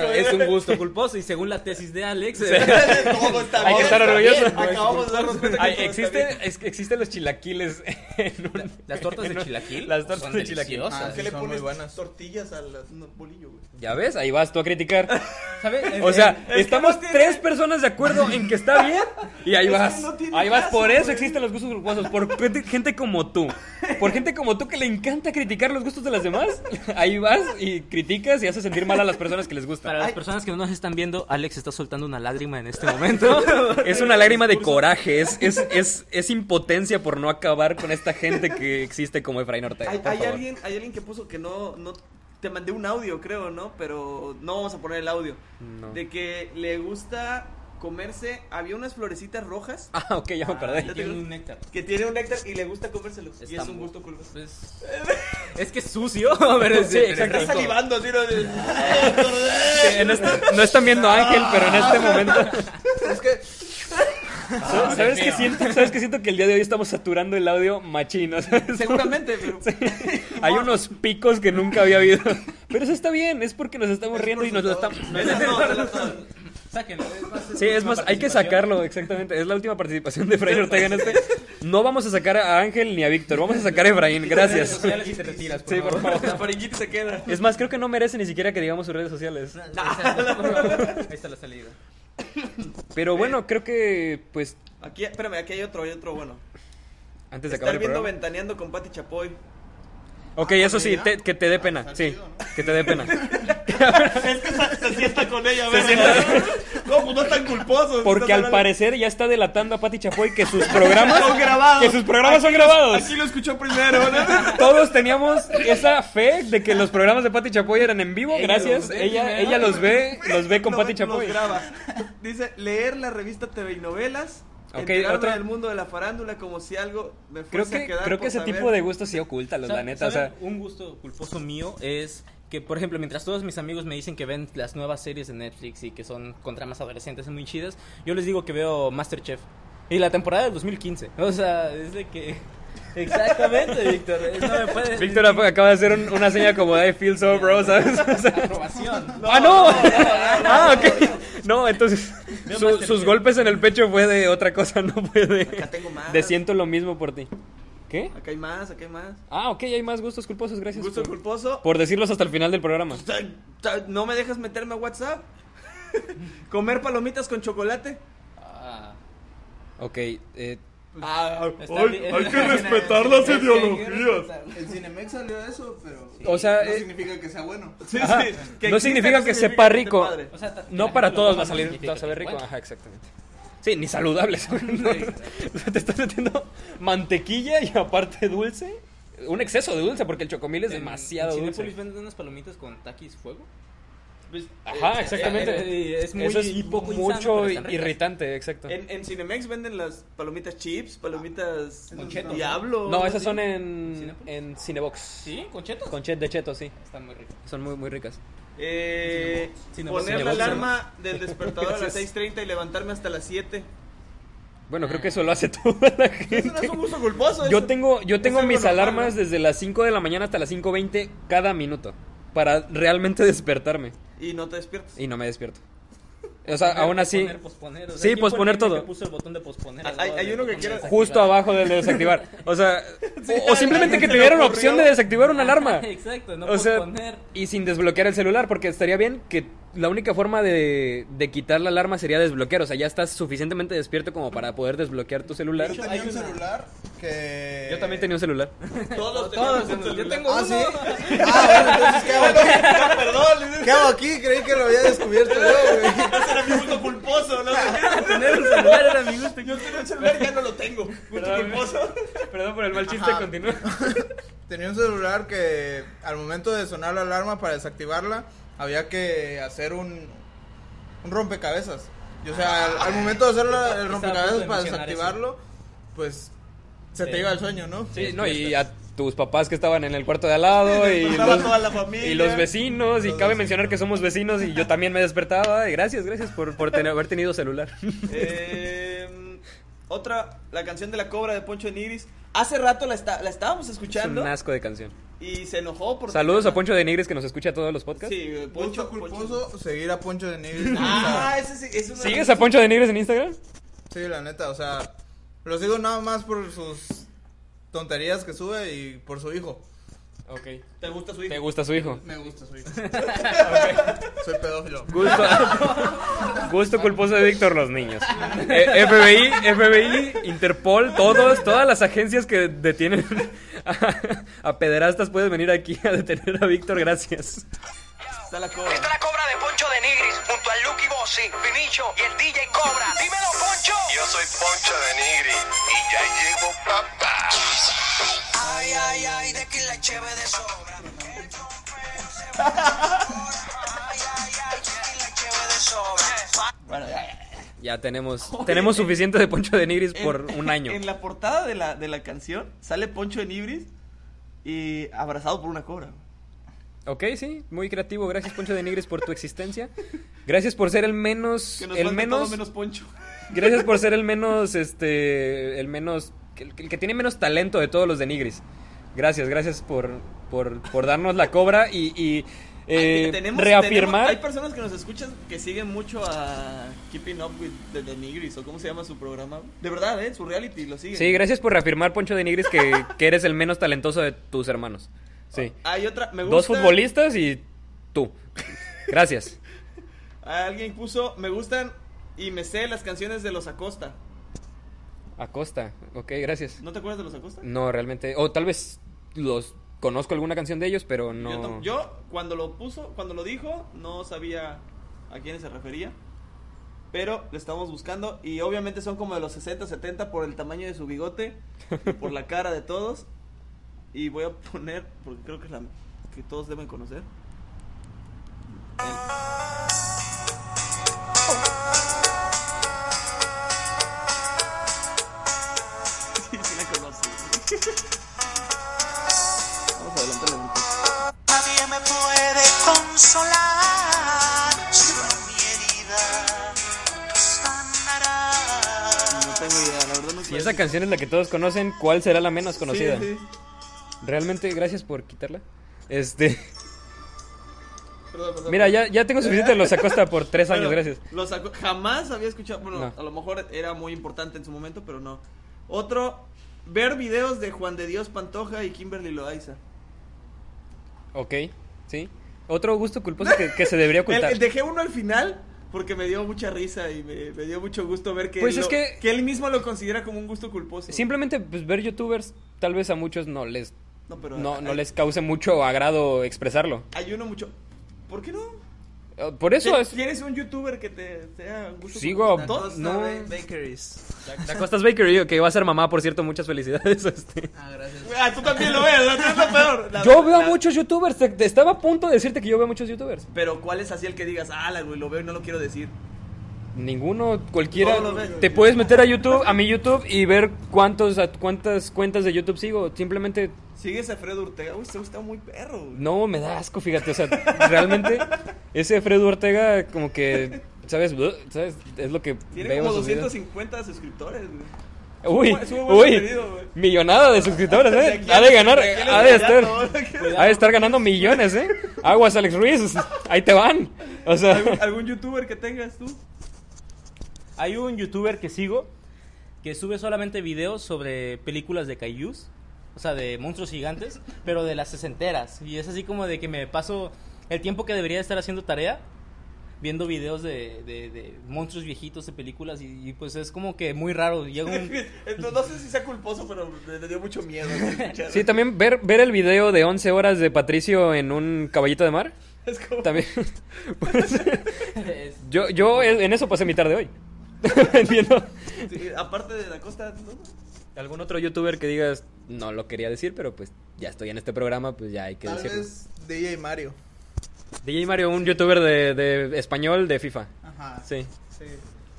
bueno, es ¿eh? un gusto culposo. Y según la tesis de [laughs] Alex, eh, [laughs] Todo está Hay que bien, está estar bien. orgulloso. Acabamos de darnos cuenta que Ay, todo está existe, bien. es que existen los chilaquiles en un- las tortas en de un- chilaquil Las tortas son de chilaquil. deliciosas. ¿Qué Ah, sí, le son muy pones buenas. tortillas al no, bolillo, güey? Ya ves, ahí vas tú a criticar. [laughs] ¿Sabes? O sea, que estamos no tiene- tres personas de acuerdo en que está bien y ahí Es que vas. no tiene ahí vas, caso, por eso güey. existen los gustos culposos, por gente- gente como tú. Por gente como tú que le encanta criticar los gustos de las demás. [laughs] Ahí vas y criticas y haces sentir mal a las personas que les gusta. [laughs] para las personas que no nos están viendo, Alex está soltando una lágrima en este momento. Es una lágrima de coraje, es, es, es, es impotencia por no acabar con esta gente que existe como Efraín Ortega. Hay, por hay favor. alguien, hay alguien que puso que no, no te mandé un audio, creo, ¿no? Pero no vamos a poner el audio. No. De que le gusta comerse, había unas florecitas rojas Ah, ok, ya me acordé. Y tiene un néctar. que tiene un néctar y le gusta comérselo. y Está es un muy- gusto culposo. Pues, es que [laughs] es sucio, pero sí, exacto. Está salivando así, ¿no? De- Sí, [laughs] en este- no están viendo a Ángel, pero en este momento. Es que ¿sabes- ¿Sabes qué siento? ¿Sabes qué siento? Que el día de hoy estamos saturando el audio machino. ¿sabes? Seguramente, pero Hay unos picos que nunca había habido. Pero eso está bien, es porque nos estamos riendo y nos lo estamos... Sáquenlo. es más, Sí, es más, hay que sacarlo, exactamente. Es la última participación de Efraín Ortega en este. No vamos a sacar a Ángel ni a Víctor, vamos a sacar a Efraín, Redes gracias. sociales y [laughs] te retiras, por Sí, por favor. favor. La faringuita se queda. Es más, creo que no merece ni siquiera que digamos sus redes sociales. [laughs] Ahí está la salida. Pero bueno, creo que, pues, Aquí, espérame, aquí hay otro, hay otro bueno. antes de Estar acabar el viendo Ah, programa. Ventaneando con Pati [laughs] Chapoy. Ok, eso sí, te- que te dé Ah, pena, sí, que te dé [laughs] pena. Es que se, se sienta con ella, a ver. No, pues no tan culposo. Porque al parecer parecer ya está delatando a Pati Chapoy que sus programas [laughs] Son grabados. Que sus programas son grabados. Aquí lo escuchó primero, ¿no? [laughs] Todos teníamos esa fe de que los programas de Pati Chapoy eran en vivo, gracias. Ella, ella los ve, los [laughs] ve con Lo- Pati ¿eh? los Chapoy. graba. Dice, leer la revista TV y novelas. Ok, enterarme otra- del mundo de la farándula como si algo me fuese Creo pues, a que, quedar creo que por ese saber". tipo de gustos sí oculta, los, la ¿Saben- neta. O sea, Pues, saben un gusto culposo mío es que, por ejemplo, mientras todos mis amigos me dicen que ven las nuevas series de Netflix y que son con tramas adolescentes muy chidas, yo les digo que veo Masterchef. Y la temporada del 2015. O sea, es de [laughs] que... Exactamente, Víctor. es- No me [laughs] puedes... Víctor ap- acaba de hacer un- una seña como I feel [laughs] so bro, ¿sabes? [laughs] O sea, Aprobación. ¡Ah, no! [laughs] ah, ok. No, entonces Veo su- Masterchef. sus golpes en el pecho fue de otra cosa, [laughs] no fue de, Acá tengo más. de siento lo mismo por ti. ¿Qué? Acá hay más, acá hay más. Ah, ok, hay más gustos culposos, gracias. Gusto por- culposo. Por decirlos hasta el final del programa. Ta- ta- No me dejas meterme a WhatsApp. [laughs] Comer palomitas con chocolate. Ah, Ok, eh, Ah, está bien. [laughs] respetar [laughs] las ideologías. En Cinemex salió eso, pero. O sea, no eh, significa que sea bueno. Sí, sí. no exista, significa que significa sepa esté rico. padre. o sea, ta- no para todos va a no salir, significa va a saber que es rico. bueno. Ajá, [laughs] exactamente. Sí, ni saludable. ¿sabes? No, o sea, [laughs] te estás metiendo mantequilla y aparte dulce. Un exceso de dulce porque el chocomil es En- demasiado en dulce. Cinépolis venden unas palomitas con taquis fuego. Ajá, Eh, exactamente. eh, es muy- Eso es y poco insano, mucho pero están ricas. irritante, exacto. En, en Cinemex venden las palomitas chips, Ah, palomitas Con chetos. diablo. No, esas son en, ¿Cinépolis? en Cinebox. ¿Sí? ¿Con chetos? Con chet de cheto, sí. Están muy ricos. Son muy, muy ricas. Eh, Cinemex. poner la Cinemex. alarma del despertador a las 6.30 y levantarme hasta las [laughs] 7. Bueno, creo que eso lo hace [laughs] toda la gente. Eso Ah. no es un gusto culposo. Yo eso- tengo, yo es tengo algo mis normal, alarmas ¿no? desde las 5 de la mañana hasta las 5.20 cada minuto. Para realmente [laughs] despertarme. Y no te despiertas. Y no me despierto. O sea, Ah, aún así, Posponer, posponer, o sea, Sí, ¿quién fue posponer el primero todo. que Puso el botón de posponer. Hay- hay uno que quiere- justo abajo del de desactivar. O [laughs] sea, o, o simplemente que tuvieran opción de desactivar una alarma. [laughs] Exacto, no O sea, posponer. y sin desbloquear el celular, porque estaría bien que la única forma de, de quitar la alarma sería desbloquear. O sea, ya estás suficientemente despierto como para poder desbloquear tu celular. Yo tenía un celular que. Yo también tenía un celular. Todos, todos. Yo tengo Ah, uno. sí. Ah, bueno, entonces, ¿qué hago aquí? Ah, Perdón, ¿Qué hago aquí? Creí que lo había descubierto yo, güey. ese era mi gusto culposo. No sé [laughs] qué. Tener un celular era mi gusto. Yo tenía un celular ya no lo tengo. Gusto Perdón. culposo. Perdón por el mal chiste, continúa. Tenía un celular que al momento de sonar la alarma para desactivarla, había que hacer un, un rompecabezas. Y, o sea, al, al momento de hacer la- el Estaba a punto de rompecabezas para mencionar desactivarlo, pues se te Sí. iba el sueño, ¿no? [laughs] Sí, no, y a tus papás que estaban en el cuarto de al lado [laughs] [laughs] y Estaba los, toda la familia. y los vecinos, y cabe mencionar que somos vecinos y yo también me despertaba. Y gracias, gracias por, por tener- haber tenido celular. [laughs] Eh, otra, la canción de la cobra de Poncho en Iris. Hace rato la, está- la estábamos Es un escuchando asco de canción. y se enojó por Saludos a Poncho de Nigres que nos escucha todos los podcasts. Sí, eh, Poncho, Poncho Poncho. culposo, seguir a Poncho de Nigris. Ah, ese sí, es una- ¿Sigues a Poncho de Nigres en Instagram? Sí, la neta, o sea, lo sigo nada más por sus tonterías que sube y por su hijo. Ok. ¿Te gusta su hijo? ¿Te gusta su hijo? Me gusta [laughs] su hijo. Soy pedófilo. Gusto, gusto culposo de Víctor, los niños. Eh, FBI, FBI, Interpol, todos, todas las agencias que detienen a, a pederastas pueden venir aquí a detener a Víctor, gracias. Está la cobra. Está la cobra de Poncho de Nigris junto al Lucky Bossi, Vinicho y el DJ Cobra. Dímelo, Poncho. Yo soy Poncho de Nigri y ya llegó papá. Ay, ay, ay, de que la cheve de sobra. El trompeo se va a Ay, ay, ay, de que la cheve de sobra. Ya tenemos, tenemos suficiente de Poncho de Nigris En- por un [laughs] año. En la portada de la, de la canción sale Poncho en Ibris y abrazado por una cobra. Ok, sí, muy creativo. Gracias, Poncho de Nigris, por tu existencia. Gracias por ser el menos, Que nos el falta todo menos, menos Poncho. gracias por ser el menos, este, el menos, el, que- el que tiene menos talento de todos los de Nigris. Gracias, gracias por, por, por darnos la cobra y, y [laughs] eh, Ay, tenemos- tenemos- hay reafirmar. personas que nos escuchan que siguen mucho a Keeping Up with the, the Nigris o cómo se llama su programa. De verdad, ¿eh? Su reality lo siguen. Sí, gracias por reafirmar, Poncho de Nigris, que, que eres el menos talentoso de tus hermanos. Sí. Hay otra, me gusta. Dos futbolistas y tú. Gracias. Alguien puso, me gustan y me sé las canciones de los Acosta. Acosta. Ok, gracias. ¿No te acuerdas de los Acosta? No, realmente. O tal vez los conozco alguna canción de ellos, pero no. Yo, tam- yo, cuando lo puso, cuando lo dijo, no sabía a quiénes se refería. Pero le estamos buscando y obviamente son como de los 60, 70 por el tamaño de su bigote, y por la cara de todos. Y voy a poner, porque creo que es la que todos deben conocer. El- [laughs] Sí, sí la conoce. Vamos a adelantarle un poco. Nadie me puede consolar, solo mi herida sanará. No tengo idea, la verdad no Si esa canción es la que todos conocen, ¿cuál será la menos conocida? pues, Sí, sí. Realmente, gracias por quitarla. Este. [laughs] Perdón, perdón, Mira, perdón. ya, ya tengo suficiente de los Acosta por tres años, Bueno, gracias. Los saco- jamás había escuchado. Bueno, No. a lo mejor era muy importante en su momento, pero no. Otro, ver videos de Juan de Dios Pantoja y Kimberly Loaiza. Ok, sí. Otro gusto culposo que, que se [laughs] debería El- ocultar. el- dejé uno al final porque me dio mucha risa y me, me dio mucho gusto ver que, Pues él es lo- que- él mismo lo considera como un gusto culposo. Simplemente, pues, ver youtubers, tal vez a muchos no les. No, pero No, no hay, les cause mucho agrado expresarlo. hay uno mucho. ¿Por qué no? Eh, Por eso es. ¿Quieres un youtuber que te sea un gusto Sigo culposo? a- Todos- No. Ba- Bakeries. Acosta's Bakery, que va a ser mamá, por cierto, muchas felicidades. [laughs] este. Ah, gracias. Ah, tú también lo ves, no es lo peor. La- Yo veo a la- muchos youtubers. te- te estaba a punto de decirte que yo veo a muchos youtubers. Pero ¿cuál es así el que digas, ah, la- güey, lo veo y no lo quiero decir? Ninguno, cualquiera. Todos los ves. Te puedes meter a YouTube, a mi YouTube y ver cuántos, a cuántas cuentas de YouTube sigo. Simplemente Sigues a Fred Ortega, uy, se está muy perro. güey. no me da asco, fíjate. [laughs] O sea, realmente ese Fredo Ortega como que, ¿sabes? Buh, ¿sabes? Es lo que Tiene veo como en sus videos. 250 suscriptores, güey. Uy, sube- sube buen uy, contenido, güey. millonada de suscriptores, De ¿eh? aquí a- Ha de ganar, de aquí a ha de allá estar, todo lo que- ha de estar ganando millones, ¿eh? Aguas, Alex Ruiz, ahí te van. O sea, ¿Algún, algún youtuber que tengas tú? Hay un youtuber que sigo que sube solamente videos sobre películas de kaijus, o sea, de [laughs] monstruos gigantes, pero de las sesenteras. Y es así como de que me paso el tiempo que debería estar haciendo tarea viendo videos de, de- de monstruos viejitos de películas y, y, pues es como que muy raro. [laughs] Llega un... [laughs] no, no sé si sea culposo, pero me, me dio mucho miedo. escucharlo. sí, también ver, ver el video de 11 horas de Patricio en un caballito de mar. [laughs] Es como- También. Pues, yo, yo en eso pasé mi tarde hoy. [laughs] Entiendo. sí, aparte de la costa, ¿no? ¿Algún otro youtuber que digas, no lo quería decir, pero pues ya estoy en este programa, pues ya hay que Tal decirlo? vez DJ Mario. DJ Mario, un youtuber de, de español de FIFA. Ajá. Sí. sí.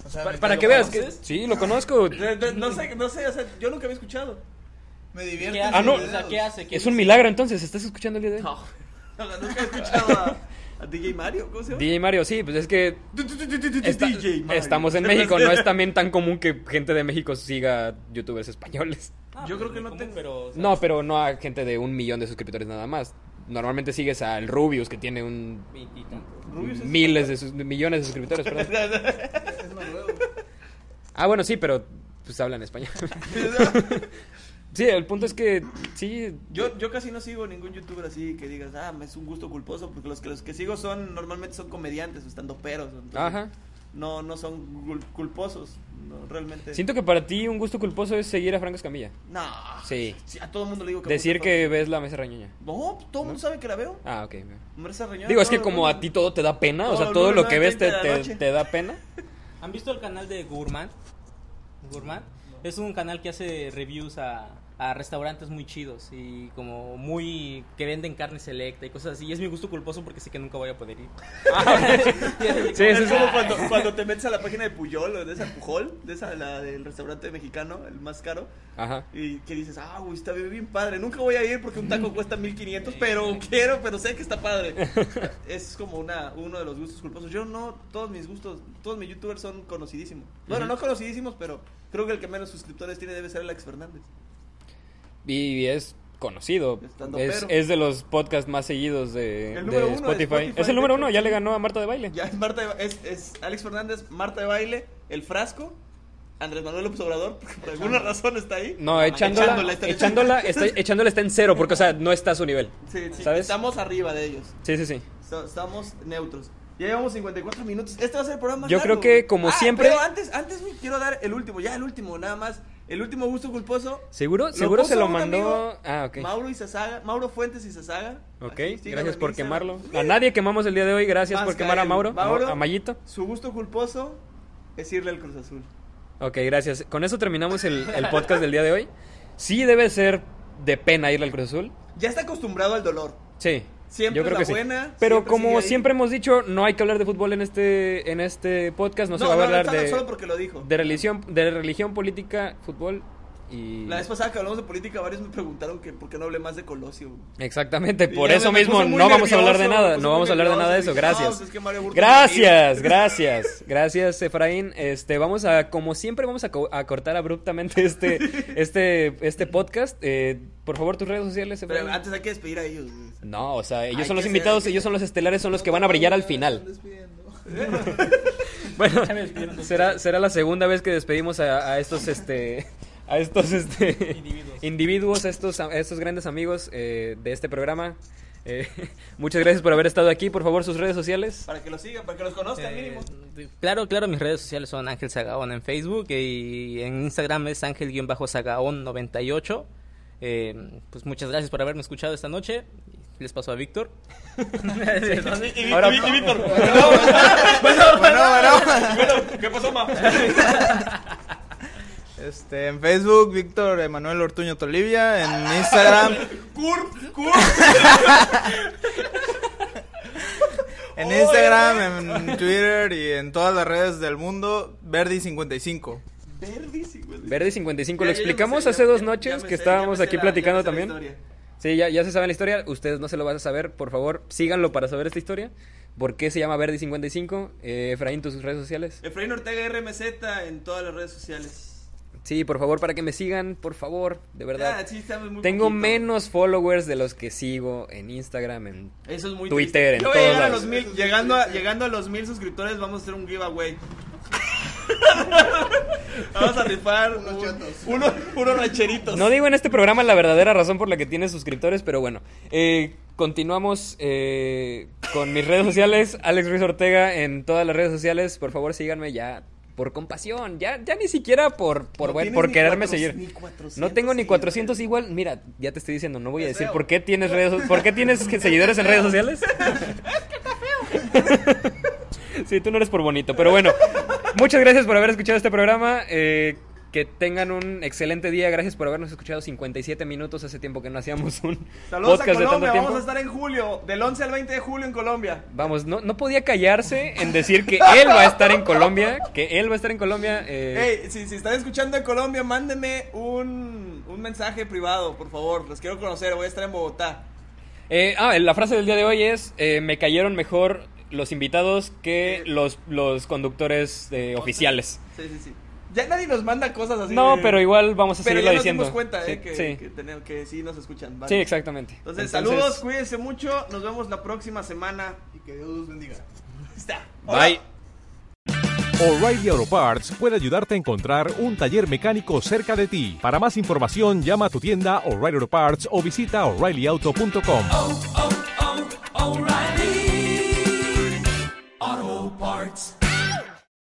O sea, Pa- me- para ¿lo que veas que. conoces? Sí, lo conozco. No, no- no sé, no sé, o sea, yo nunca había escuchado. [laughs] Me ¿Qué divierte. hace? Ah, no. O sea, [laughs] ¿qué hace? ¿Qué Es un dice? milagro entonces, ¿estás escuchando el día de hoy? No, nunca he escuchado a, a DJ Mario, ¿cómo se llama? DJ Mario, sí, pues es que esta- DJ Mario. [laughs] estamos en México, no es también tan común que gente de México siga youtubers españoles. Ah, Yo pues, creo que muy no común, tengo- pero, o sea, No, pero no a gente de un millón de suscriptores nada más. Normalmente sigues al Rubius, que tiene un veintitantos. Rubius es- Este miles de sus- de millones de suscriptores. [laughs] perdón. Ah, bueno, sí, pero pues hablan español. [laughs] sí, el punto es que sí, Yo, yo casi no sigo ningún youtuber así que digas, ah, me es un gusto culposo, porque los que, los que sigo son, normalmente son comediantes o estando peros. ajá. No, no son cul- culposos, no, realmente. Siento que para ti un gusto culposo es seguir a Franco Escamilla. No, Sí. sí, a todo el mundo le digo que... me Decir gusta que ves la mesa reñoña. todo. No, pues, todo el mundo sabe que la veo. Ah, ok. Marisa Reñón, Digo, es todo que el como mundo. [laughs] a ti todo te da pena, o Todo sea, el todo mundo lo que sabe ves te, de la te- noche. te da pena. ¿Han visto el canal de Gourmand? Gourmand es un canal que hace reviews a, a restaurantes muy chidos y como muy que venden carne selecta y cosas así. Y es mi gusto culposo porque sé que nunca voy a poder ir. [laughs] Eh, Sí, sí, Es [laughs] sí. como cuando, cuando te metes a la página de Puyol o de esa Pujol, de esa la del restaurante mexicano, el más caro, Ajá. y que dices, ah, güey, está bien, bien padre, nunca voy a ir porque un taco cuesta 1500, pero quiero, pero sé que está padre. Es como una, uno de los gustos culposos. Yo no, todos mis gustos, todos mis youtubers son conocidísimos. Bueno, no conocidísimos, pero creo que el que menos suscriptores tiene debe ser el Alex Fernández. Y es conocido. Estando Es, pero. es de los podcasts más seguidos de, El de número uno de Spotify. Spotify, Es el número de hecho. uno, ya le ganó a Marta de Baile. Ya es Marta de, Ba- es, es Alex Fernández, Marta de Baile, El Frasco, Andrés Manuel López Obrador, porque por alguna razón está ahí. No, echándola, echándola, está- está, [laughs] está, en cero, porque, o sea, no está a su nivel. Sí, sí, ¿Sabes? Estamos arriba de ellos. Sí, sí, sí. So- Estamos neutros. Ya llevamos 54 minutos. Este va a ser el programa más Yo largo, creo que, güey. como Ah, siempre- Pero antes, antes güey, quiero dar el último, ya el último, nada más. El último gusto culposo. ¿Seguro? Lo ¿Seguro se puso lo un mandó? amigo, Ah, ok. Mauro Izazaga, Mauro Fuentes Izazaga. Ok, Así, síganlo gracias en por Instagram. quemarlo. A nadie quemamos el día de hoy, gracias por Vasca, quemar a el Mauro, Mauro. a Mayito. Su gusto culposo es irle al Cruz Azul. Ok, gracias. Con eso terminamos el, el podcast del día de hoy. Sí debe ser de pena irle al Cruz Azul. Ya está acostumbrado al dolor. Sí. Siempre yo creo es la que sí. buena, siempre Pero sigue como ahí. siempre hemos dicho, no hay que hablar de fútbol en este en este podcast, no, se va a hablar solo, de solo porque lo dijo. de religión, de religión política, fútbol y La vez pasada que hablamos de política, varios me preguntaron que por qué no hablé más de Colosio. güey. Exactamente, Y por ya eso me- me mismo puse no muy vamos a hablar de nervioso, me nada, puse no vamos muy a hablar de nada de eso, nervioso, dije, "No, gracias. pues es que Mario Burto gracias, gracias, gracias Efraín. Este, vamos a, como siempre, vamos a, co- a cortar [laughs] abruptamente este, este, este podcast. Eh, por favor, tus redes sociales, Efraín. Pero antes hay que despedir a ellos. güey. No, o sea, ellos Hay son los que ser- invitados, hay que- ellos son los estelares, son los que van a brillar al final. Bueno, será, será la segunda vez que despedimos a, a estos, este, a estos, este, individuos, a estos, a estos grandes amigos eh, de este programa. Eh, [laughs] muchas gracias por haber estado aquí. Por favor, sus redes sociales. Para que los sigan, para que los conozcan, Eh, mínimo. claro, claro, mis redes sociales son Ángel Sagaón en Facebook y en Instagram es Ángel-Sagaón98. Eh, pues muchas gracias por haberme escuchado esta noche. Les paso a Víctor. Ahora- ¿Qué pasó, ma? [laughs] Este, en Facebook, Víctor Emanuel Ortuño Tolivia. En Instagram, Curp, curp. [laughs] en Instagram, en Twitter y en todas las redes del mundo, Verdi55. Verdi, sí, güey. Verde 55, Ya- ya- ya me lo explicamos sé, hace ya- dos ya- ya noches me que sé, estábamos ya me sé aquí la- ya platicando me sé la también. historia. Sí, ya, ya se saben la historia. Ustedes no se lo van a saber. Por favor, síganlo para saber esta historia. ¿Por qué se llama Verdi 55? Eh, Efraín, tus redes sociales. Efraín Ortega RMZ en todas las redes sociales. Sí, por favor, para que me sigan, por favor, de verdad. Ah, sí, estamos muy Tengo poquito. menos followers de los que sigo en Instagram. En... Eso es muy triste. Twitter, en Yo voy a llegar a todos los mil, llegando a, llegando a los mil suscriptores vamos a hacer un [laughs] giveaway. vamos a rifar unos Unos, unos rancheritos. No digo en este programa la verdadera razón por la que tiene suscriptores, pero bueno. Eh, continuamos eh, con mis redes sociales. Alex Ruiz Ortega en todas las redes sociales. Por favor, síganme ya. Por compasión, ya, ya ni siquiera por, por, No buen- tienes por ni quererme cuatro- seguir. ni 400 no tengo ni seguidores. 400 igual. Mira, ya te estoy diciendo, no voy a decir por qué tienes redes, so- por [laughs] qué tienes que- seguidores en redes sociales. [laughs] Sí, tú no eres por bonito, pero bueno. Muchas gracias por haber escuchado este programa. eh, que tengan un excelente día. Gracias por habernos escuchado 57 minutos. Hace tiempo que no hacíamos un Saludos podcast a de Colombia, tanto tiempo. vamos a estar en julio, del 11 al 20 de julio en Colombia. Vamos, no, no podía callarse en decir que él va a estar en Colombia. Que él va a estar en Colombia. eh, Hey, si, si están escuchando en Colombia, mándenme un, un mensaje privado, por favor. Los quiero conocer, voy a estar en Bogotá. eh, ah, la frase del día de hoy es: eh, Me cayeron mejor los invitados Eh. que los, los conductores eh, oficiales. Sí, sí, sí. Ya nadie nos manda cosas así. No, de- pero igual vamos a Pero seguirlo ya nos diciendo. dimos cuenta, eh, Sí, que, sí. Que, tenemos- que sí nos escuchan. vale. Sí, exactamente. Entonces, saludos, cuídense mucho. Nos vemos la próxima semana. Y que Dios [laughs] los bendiga. Está. Bye. O'Reilly Auto Parts puede ayudarte a encontrar un taller mecánico cerca de ti. Para más información, llama a tu tienda O'Reilly Auto Parts o visita oreillyauto.com. oh, oh, O'Reilly. Auto Parts.